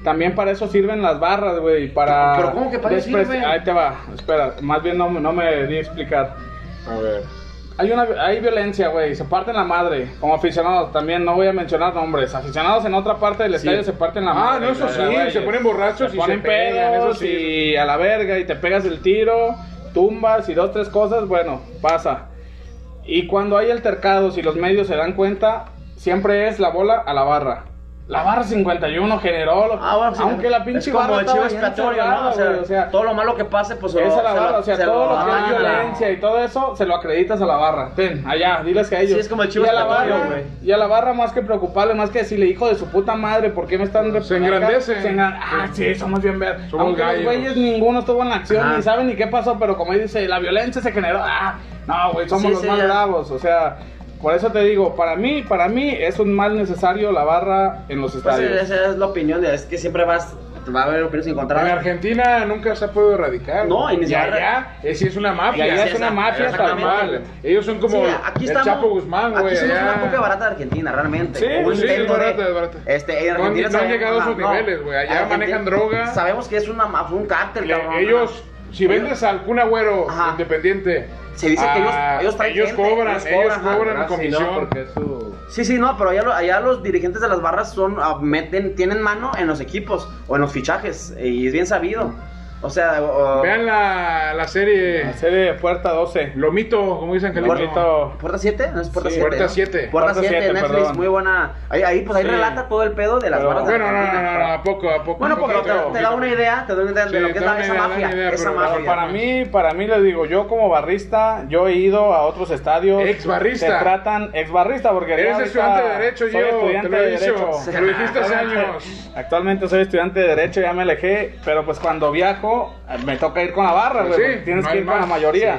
También para eso sirven las barras, güey, para...
Pero, ¿cómo que para eso
despre-
sirven?
Ahí te va, espera, más bien no, me- no me di a explicar.
A ver.
Hay una hay violencia, güey, se parten la madre, como aficionados también, no voy a mencionar nombres, aficionados en otra parte del estadio se parten la
Ah,
madre.
no, eso
güey,
sí,
güey,
se ponen borrachos
se
y se
ponen
pegan, eso
pedos
sí.
y a la verga y te pegas el tiro, tumbas y dos, tres cosas, bueno, pasa. Y cuando hay altercados y los medios se dan cuenta, siempre es la bola a la barra. La barra 51 generó, lo-
Ah, bueno, sí,
aunque la pinche
es como
barra
el
estaba
Chivas
bien
expiatorio, ¿no?
cerrada,
O sea,
güey, o sea,
todo lo malo que pase, pues se lo-
esa es la
se
barra, o sea,
se
todo lo que
ah,
es violencia y todo eso, se lo acreditas a la barra. Ten, allá, diles que a ellos.
Sí, es como el chivo
y a la
expiatorio,
barra,
güey.
Y a la barra, más que preocuparle, más que decirle, hijo de su puta madre, ¿por qué me están
Se
acá?"
engrandecen.
Se engan- Ah, sí, somos bien ver.
Somos
Aunque los
gallos.
güeyes ninguno estuvo en la acción,
Ajá.
ni saben ni qué pasó, pero como ahí dice, la violencia se generó. Ah, no, güey, somos
Sí,
los
sí,
más
ya.
bravos, o sea. Por eso te digo, para mí, para mí es un mal necesario la barra en los
Pues,
estadios.
esa es la opinión, de, es que siempre vas, va a haber opiniones
En
encontradas.
Argentina nunca se ha podido erradicar.
No, y ni
y
se va a
allá eh, sí es una
Y
mafia.
allá es
esa-
una mafia
exactamente.
tal
normal. Ellos son como
Sí, aquí
el
estamos-
Chapo Guzmán,
Aquí
güey.
somos
allá.
una copia barata de Argentina, realmente.
Sí,
O un
sí, es
intento de-
barata, es barata.
Este, en
No han-
Argentina
no han
sabemos-
llegado a
ajá,
esos niveles, güey. Allá
Argentina-
manejan droga.
Sabemos que es una, ma- fue un cártel,
Le-
cabrón.
ellos, si
Ellos-
vendes al Kun Agüero
Ajá.
independiente,
Se dice que ellos- ellos traen gente,
cobran,
ellos
ellos
cobran,
cobran,
ajá.
Ahora Ah, sí,
comisión.
no, porque es su-
Sí, sí, no, pero allá, lo- allá los dirigentes de las barras son, ah, meten, tienen mano en los equipos o en los fichajes, eh, y es bien sabido. O sea, o-
Vean la, la serie
La serie de Puerta 12.
Lomito, como dicen que
Lomito.
¿Puerta 7? No es Puerta
Sí,
7.
Puerta
¿no?
siete.
Puerta
Puerta
7
siete,
Netflix,
perdón.
muy buena. Ahí, ahí, pues ahí
Sí.
relata todo el pedo de las
Pero-
barras de
Bueno, no, no,
Argentina.
no, no, a poco, a poco.
Bueno,
un
porque
poquito.
te, te da una idea, te da una idea de
Sí,
lo que
te
es
da
la-
una
esa
idea, da
mafia.
una idea,
esa
pero-
mafia.
Pero para mí,
pues.
para mí les digo, yo como barrista, yo he ido a otros estadios.
Exbarrista.
Te tratan ex barrista porque
Eres
ahorita
estudiante de Derecho,
soy
yo,
estudiante
te lo he
de
dicho.
derecho.
Te lo dijiste hace años.
Actualmente soy estudiante de derecho, ya me alejé, pero pues cuando viajo eh, me toca ir con la barra,
Pues
güey,
sí,
porque tienes
no
que
hay
ir con la
más,
mayoría.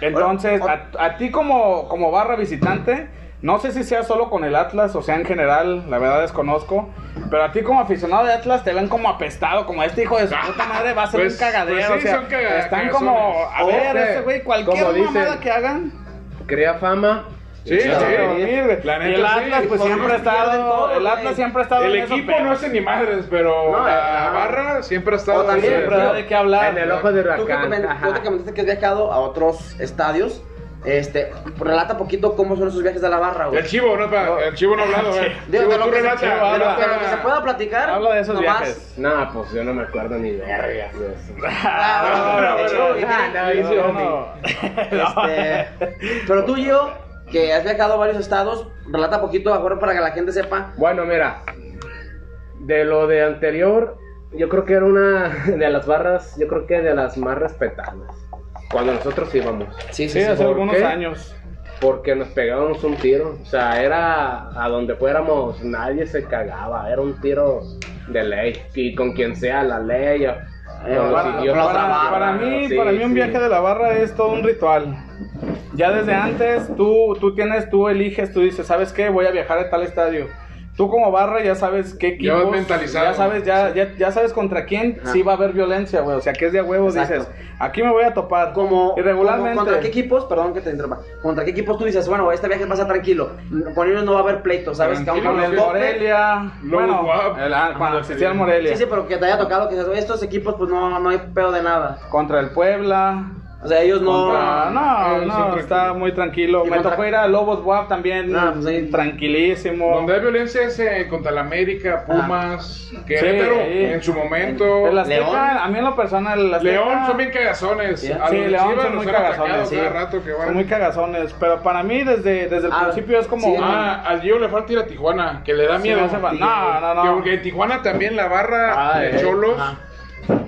Entonces, a, a ti como, como barra visitante, no sé si sea solo con el Atlas o sea en general, la verdad desconozco, pero a ti como aficionado de Atlas te ven como apestado, como este hijo de su puta madre va a ser
Pues-
un cagadero.
pues sí,
o sea,
son caga-
están
cagazones.
como, a
O
ver,
que,
ese güey, cualquier
como dicen-
mamada que hagan,
Crea fama.
Sí,
Sí,
sí.
güey.
La neta,
y el Atlas
sí,
pues
porque
siempre ha estado el Atlas siempre ha estado
El
en esos
equipo
pedos.
no hace ni madres, pero
No,
la
ajá.
barra siempre ha estado.
eh, O también,
siempre-
siempre da de qué hablar
En el ojo de
Tú que,
huracán.
comen-
ajá.
tú que comentaste que has viajado a otros estadios, este, relata poquito cómo son esos viajes de la barra, güey.
El chivo, no, pa- el chivo no ha hablado, eh.
De, de
Chivo,
lo
tú
que se, de
relata,
lo-
relata.
de lo que se pueda platicar.
Habla de esos
nomás.
viajes.
No, pues yo no me acuerdo ni vergas de eso.
Ah,
no,
bueno,
no,
bueno,
Ah, no,
bueno,
sí,
No, no.
homie.
Este, pero tú, yo, que has viajado a varios estados, relata poquito, mejor para que la gente sepa.
Bueno, mira, de lo de anterior, yo creo que era una de las barras, yo creo que de las más respetables. Cuando nosotros íbamos,
Sí, hace
¿Por
algunos
qué?
años.
porque nos pegábamos un tiro, o sea, era a donde fuéramos, nadie se cagaba, era un tiro de ley, y con quien sea la ley. o- con los
Para,
idiotas.
para- para mí,
Sí,
para mí un
sí.
viaje de la barra es todo un ritual. Ya desde antes tú, tú tienes, tú eliges, tú dices, ¿sabes qué? Voy a viajar a tal estadio. Tú como barra ya sabes qué
Ya
equipos,
vas mentalizado.
ya sabes, ya, ya, ya sabes contra quién sí va a haber violencia, güey. O sea, que es de a huevo, dices, aquí me voy a topar.
Como,
y regularmente.
como contra qué equipos, perdón que te interrumpa, contra qué equipos tú dices, bueno, este viaje va a ser tranquilo, con ellos no va a haber pleito, ¿sabes? Que aunque
Tranquilo,
Con
nos
el
toque-
Morelia.
Lobo
bueno,
Guap.
el- ah, cuando
Ah,
existía el
sí.
Morelia.
Sí, sí, pero que te haya tocado, que dices, "Oye, estos equipos, pues no, no hay pedo de nada.
Contra el Puebla.
O sea, ellos no.
Contra- no,
Eh,
no,
son
está muy tranquilo.
Y
Me
contra-
tocó ir a Lobos Guap también.
Ah, pues ahí-
Tranquilísimo.
Donde hay violencia es eh, contra la
Ah.
América, Pumas, Querétaro,
Sí.
en su momento.
El Azteca,
León.
a mí en lo personal. el Azteca-
León son bien cagazones. A
Sí, León
los Chivas
son
los
muy
han
cagazones.
atacado
sí.
cada rato que van.
Son muy cagazones. Pero para mí, desde, desde el
Ah,
principio es como.
sí,
Ah, al Gio le falta ir a Tijuana, que le da
Sí,
miedo.
no hace fa- no, no, no.
Que porque en Tijuana también la barra
Ah,
de
eh,
Cholos,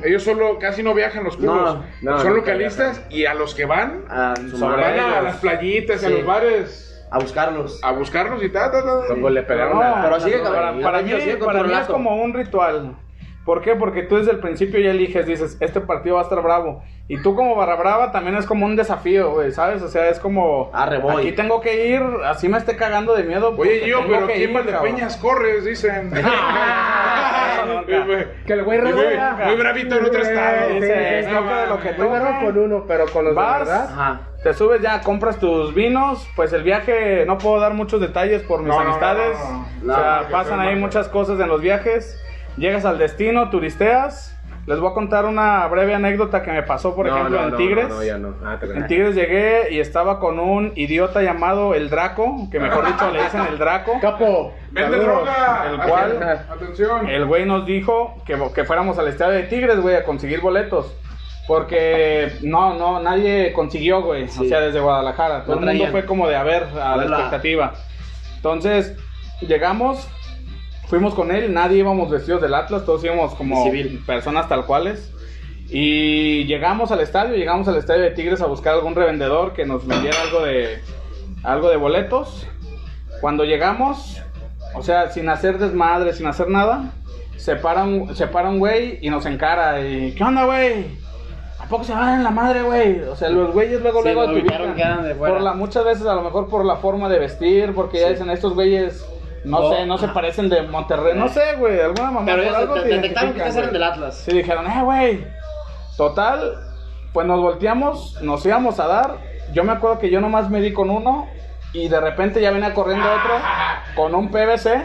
ellos solo casi no viajan los pueblos.
No, no,
Son
no, Ah,
localistas y a los que van,
A, su
Sobre-
madre,
van a
ellos.
las playitas, a
Sí.
los bares,
a buscarlos.
a buscarlos y tal, tal,
No, pues le pegaron
No,
a-
Ah, Pero sigue, cabrón.
para, para mí,
Sigue con
para
tu
mí es
relato.
como un ritual. ¿Por qué? Porque tú desde el principio ya eliges, dices, este partido va a estar bravo. Y tú como barra brava también es como un desafío, güey, ¿sabes? O sea, es como...
Arre, voy.
Aquí tengo que ir, así me esté cagando de miedo.
Oye,
porque
Gio,
tengo
pero
que
¿quién
ir,
más de
cabrón.
Peñas corres? Dicen.
Ah, Que el güey
Y muy,
rodea.
muy bravito en otro estado.
Sí, sí,
Dice,
sí,
no,
no,
que de lo que
Muy barro
toca.
con uno, pero con los de
Vas.
verdad.
Ajá.
Te subes ya, compras tus vinos, pues el viaje, no puedo dar muchos detalles por mis
No, no,
amistades.
no, no, no.
o sea,
No, no,
pasan
no, no,
ahí
no.
muchas cosas en los viajes. Llegas al destino, turisteas. Les voy a contar una breve anécdota que me pasó, por
No,
ejemplo,
no,
en
no,
Tigres.
No, no, ya no. Ah, te
En Tigres llegué y estaba con un idiota llamado el Draco, que mejor dicho le dicen el Draco.
Capo.
Vende
saludos.
droga.
El cual-
Aten- Atención.
El güey nos dijo que, que fuéramos al estadio de Tigres, güey, a conseguir boletos. Porque no, no, nadie consiguió, güey. O sea, desde Guadalajara. Todo el mundo
traían.
fue como de a ver, a la expectativa. Entonces, llegamos, fuimos con él, nadie íbamos vestidos del Atlas, todos íbamos como personas tal cuales. Y llegamos al estadio, llegamos al estadio de Tigres a buscar algún revendedor que nos vendiera algo de, algo de boletos. Cuando llegamos, o sea, sin hacer desmadre, sin hacer nada, se para un, se para un güey y nos encara. Y, ¿Qué onda, güey? ¿A poco se van en la madre, güey? O sea, los güeyes luego, luego te ubican. Por la, muchas veces, a lo mejor por la forma de vestir, porque ya dicen, estos güeyes, no sé, no se parecen de Monterrey. No sé, güey, alguna mamá
Pero
por
ellos
algo
te-
te
te detectaron que
identifican,
ustedes eran
güey.
del Atlas.
Sí, dijeron, eh, güey. Total, pues nos volteamos, nos íbamos a dar. Yo me acuerdo que yo nomás me di con uno y de repente ya venía corriendo otro con un PVC.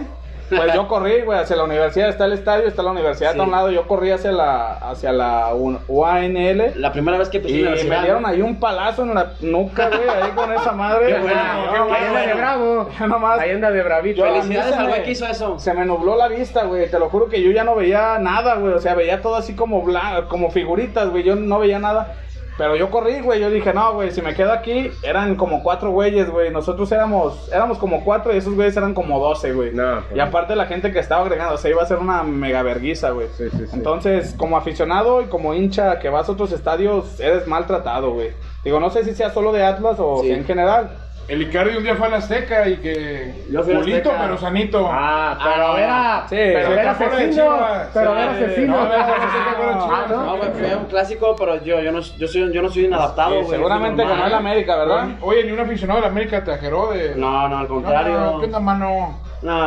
Pues yo corrí, güey, hacia la universidad, está el estadio, está la universidad a un lado, yo corrí hacia la, hacia la un- UANL.
La primera vez que pisé
Y
la
me
universidad.
dieron ahí un palazo en la nuca, güey, ahí con esa madre.
Qué bueno,
Yo
qué
nomás-
Ahí anda de bravo.
yo nomás-
Ahí anda de bravito. Ah,
yo a mí
Felicidades
se
al güey
me-
que hizo eso.
se me nubló la vista, güey. Te lo juro que yo ya no veía nada, güey. O sea, veía todo así como blanco, como figuritas, güey. Yo no veía nada. Pero yo corrí, güey. Yo dije, no, güey, si me quedo aquí, eran como cuatro güeyes, güey. Nosotros éramos, éramos como cuatro y esos güeyes eran como doce, güey.
No, pues.
y aparte la gente que estaba agregando, o sea, iba a ser una mega verguiza, güey.
Sí, sí, sí.
Entonces, como aficionado y como hincha que vas a otros estadios, eres maltratado, güey. Digo, no sé si sea solo de Atlas o en general.
El Icardi un día fue a la Azteca y que.
Yo fui a la
Pulito,
Azteca.
pero sanito.
Ah, pero era.
Sí.
Pero
Se
era
escapó de
asesino.
Chivas.
Pero
Sí.
era asesino.
No, pero se escapó de Chivas.
Ah, ¿no?
No, güey, fue un clásico, pero yo, yo, no, yo, soy, yo no soy inadaptado, güey.
Seguramente
Yo soy
ganó el
normal.
América, ¿verdad?
Oye, ni un aficionado de la América te ajeró de.
No, no, al
No, no,
contrario.
no,
No,
¿qué onda, mano?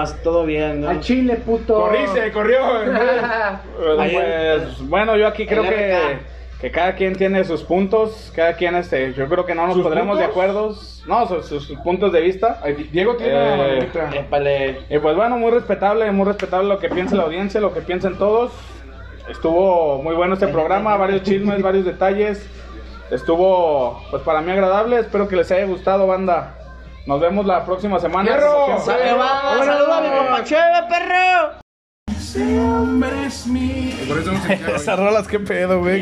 es todo bien. ¿no?
Al Chile, puto.
Corriste, corrió.
Pues bueno, yo aquí creo
El
que,
RK.
que cada quien tiene sus puntos, cada quien este, yo creo que no nos
¿Sus
pondremos de
puntos?
acuerdo, no, sus, sus- sus puntos de vista.
Ay, Di- Diego tiene la
Eh,
maderita.
Épale.
Y pues bueno, muy respetable, muy respetable lo que piensa la audiencia, lo que piensan todos. Estuvo muy bueno este programa, varios chismes, varios detalles. Estuvo, pues para mí agradable, espero que les haya gustado, banda. Nos vemos la próxima semana.
¡Fierro!
Como siempre.
¡Sale, va!
Saludos a mi compa Cheve, perro.
Y por eso no se queda, güey.
rolas, qué pedo, güey.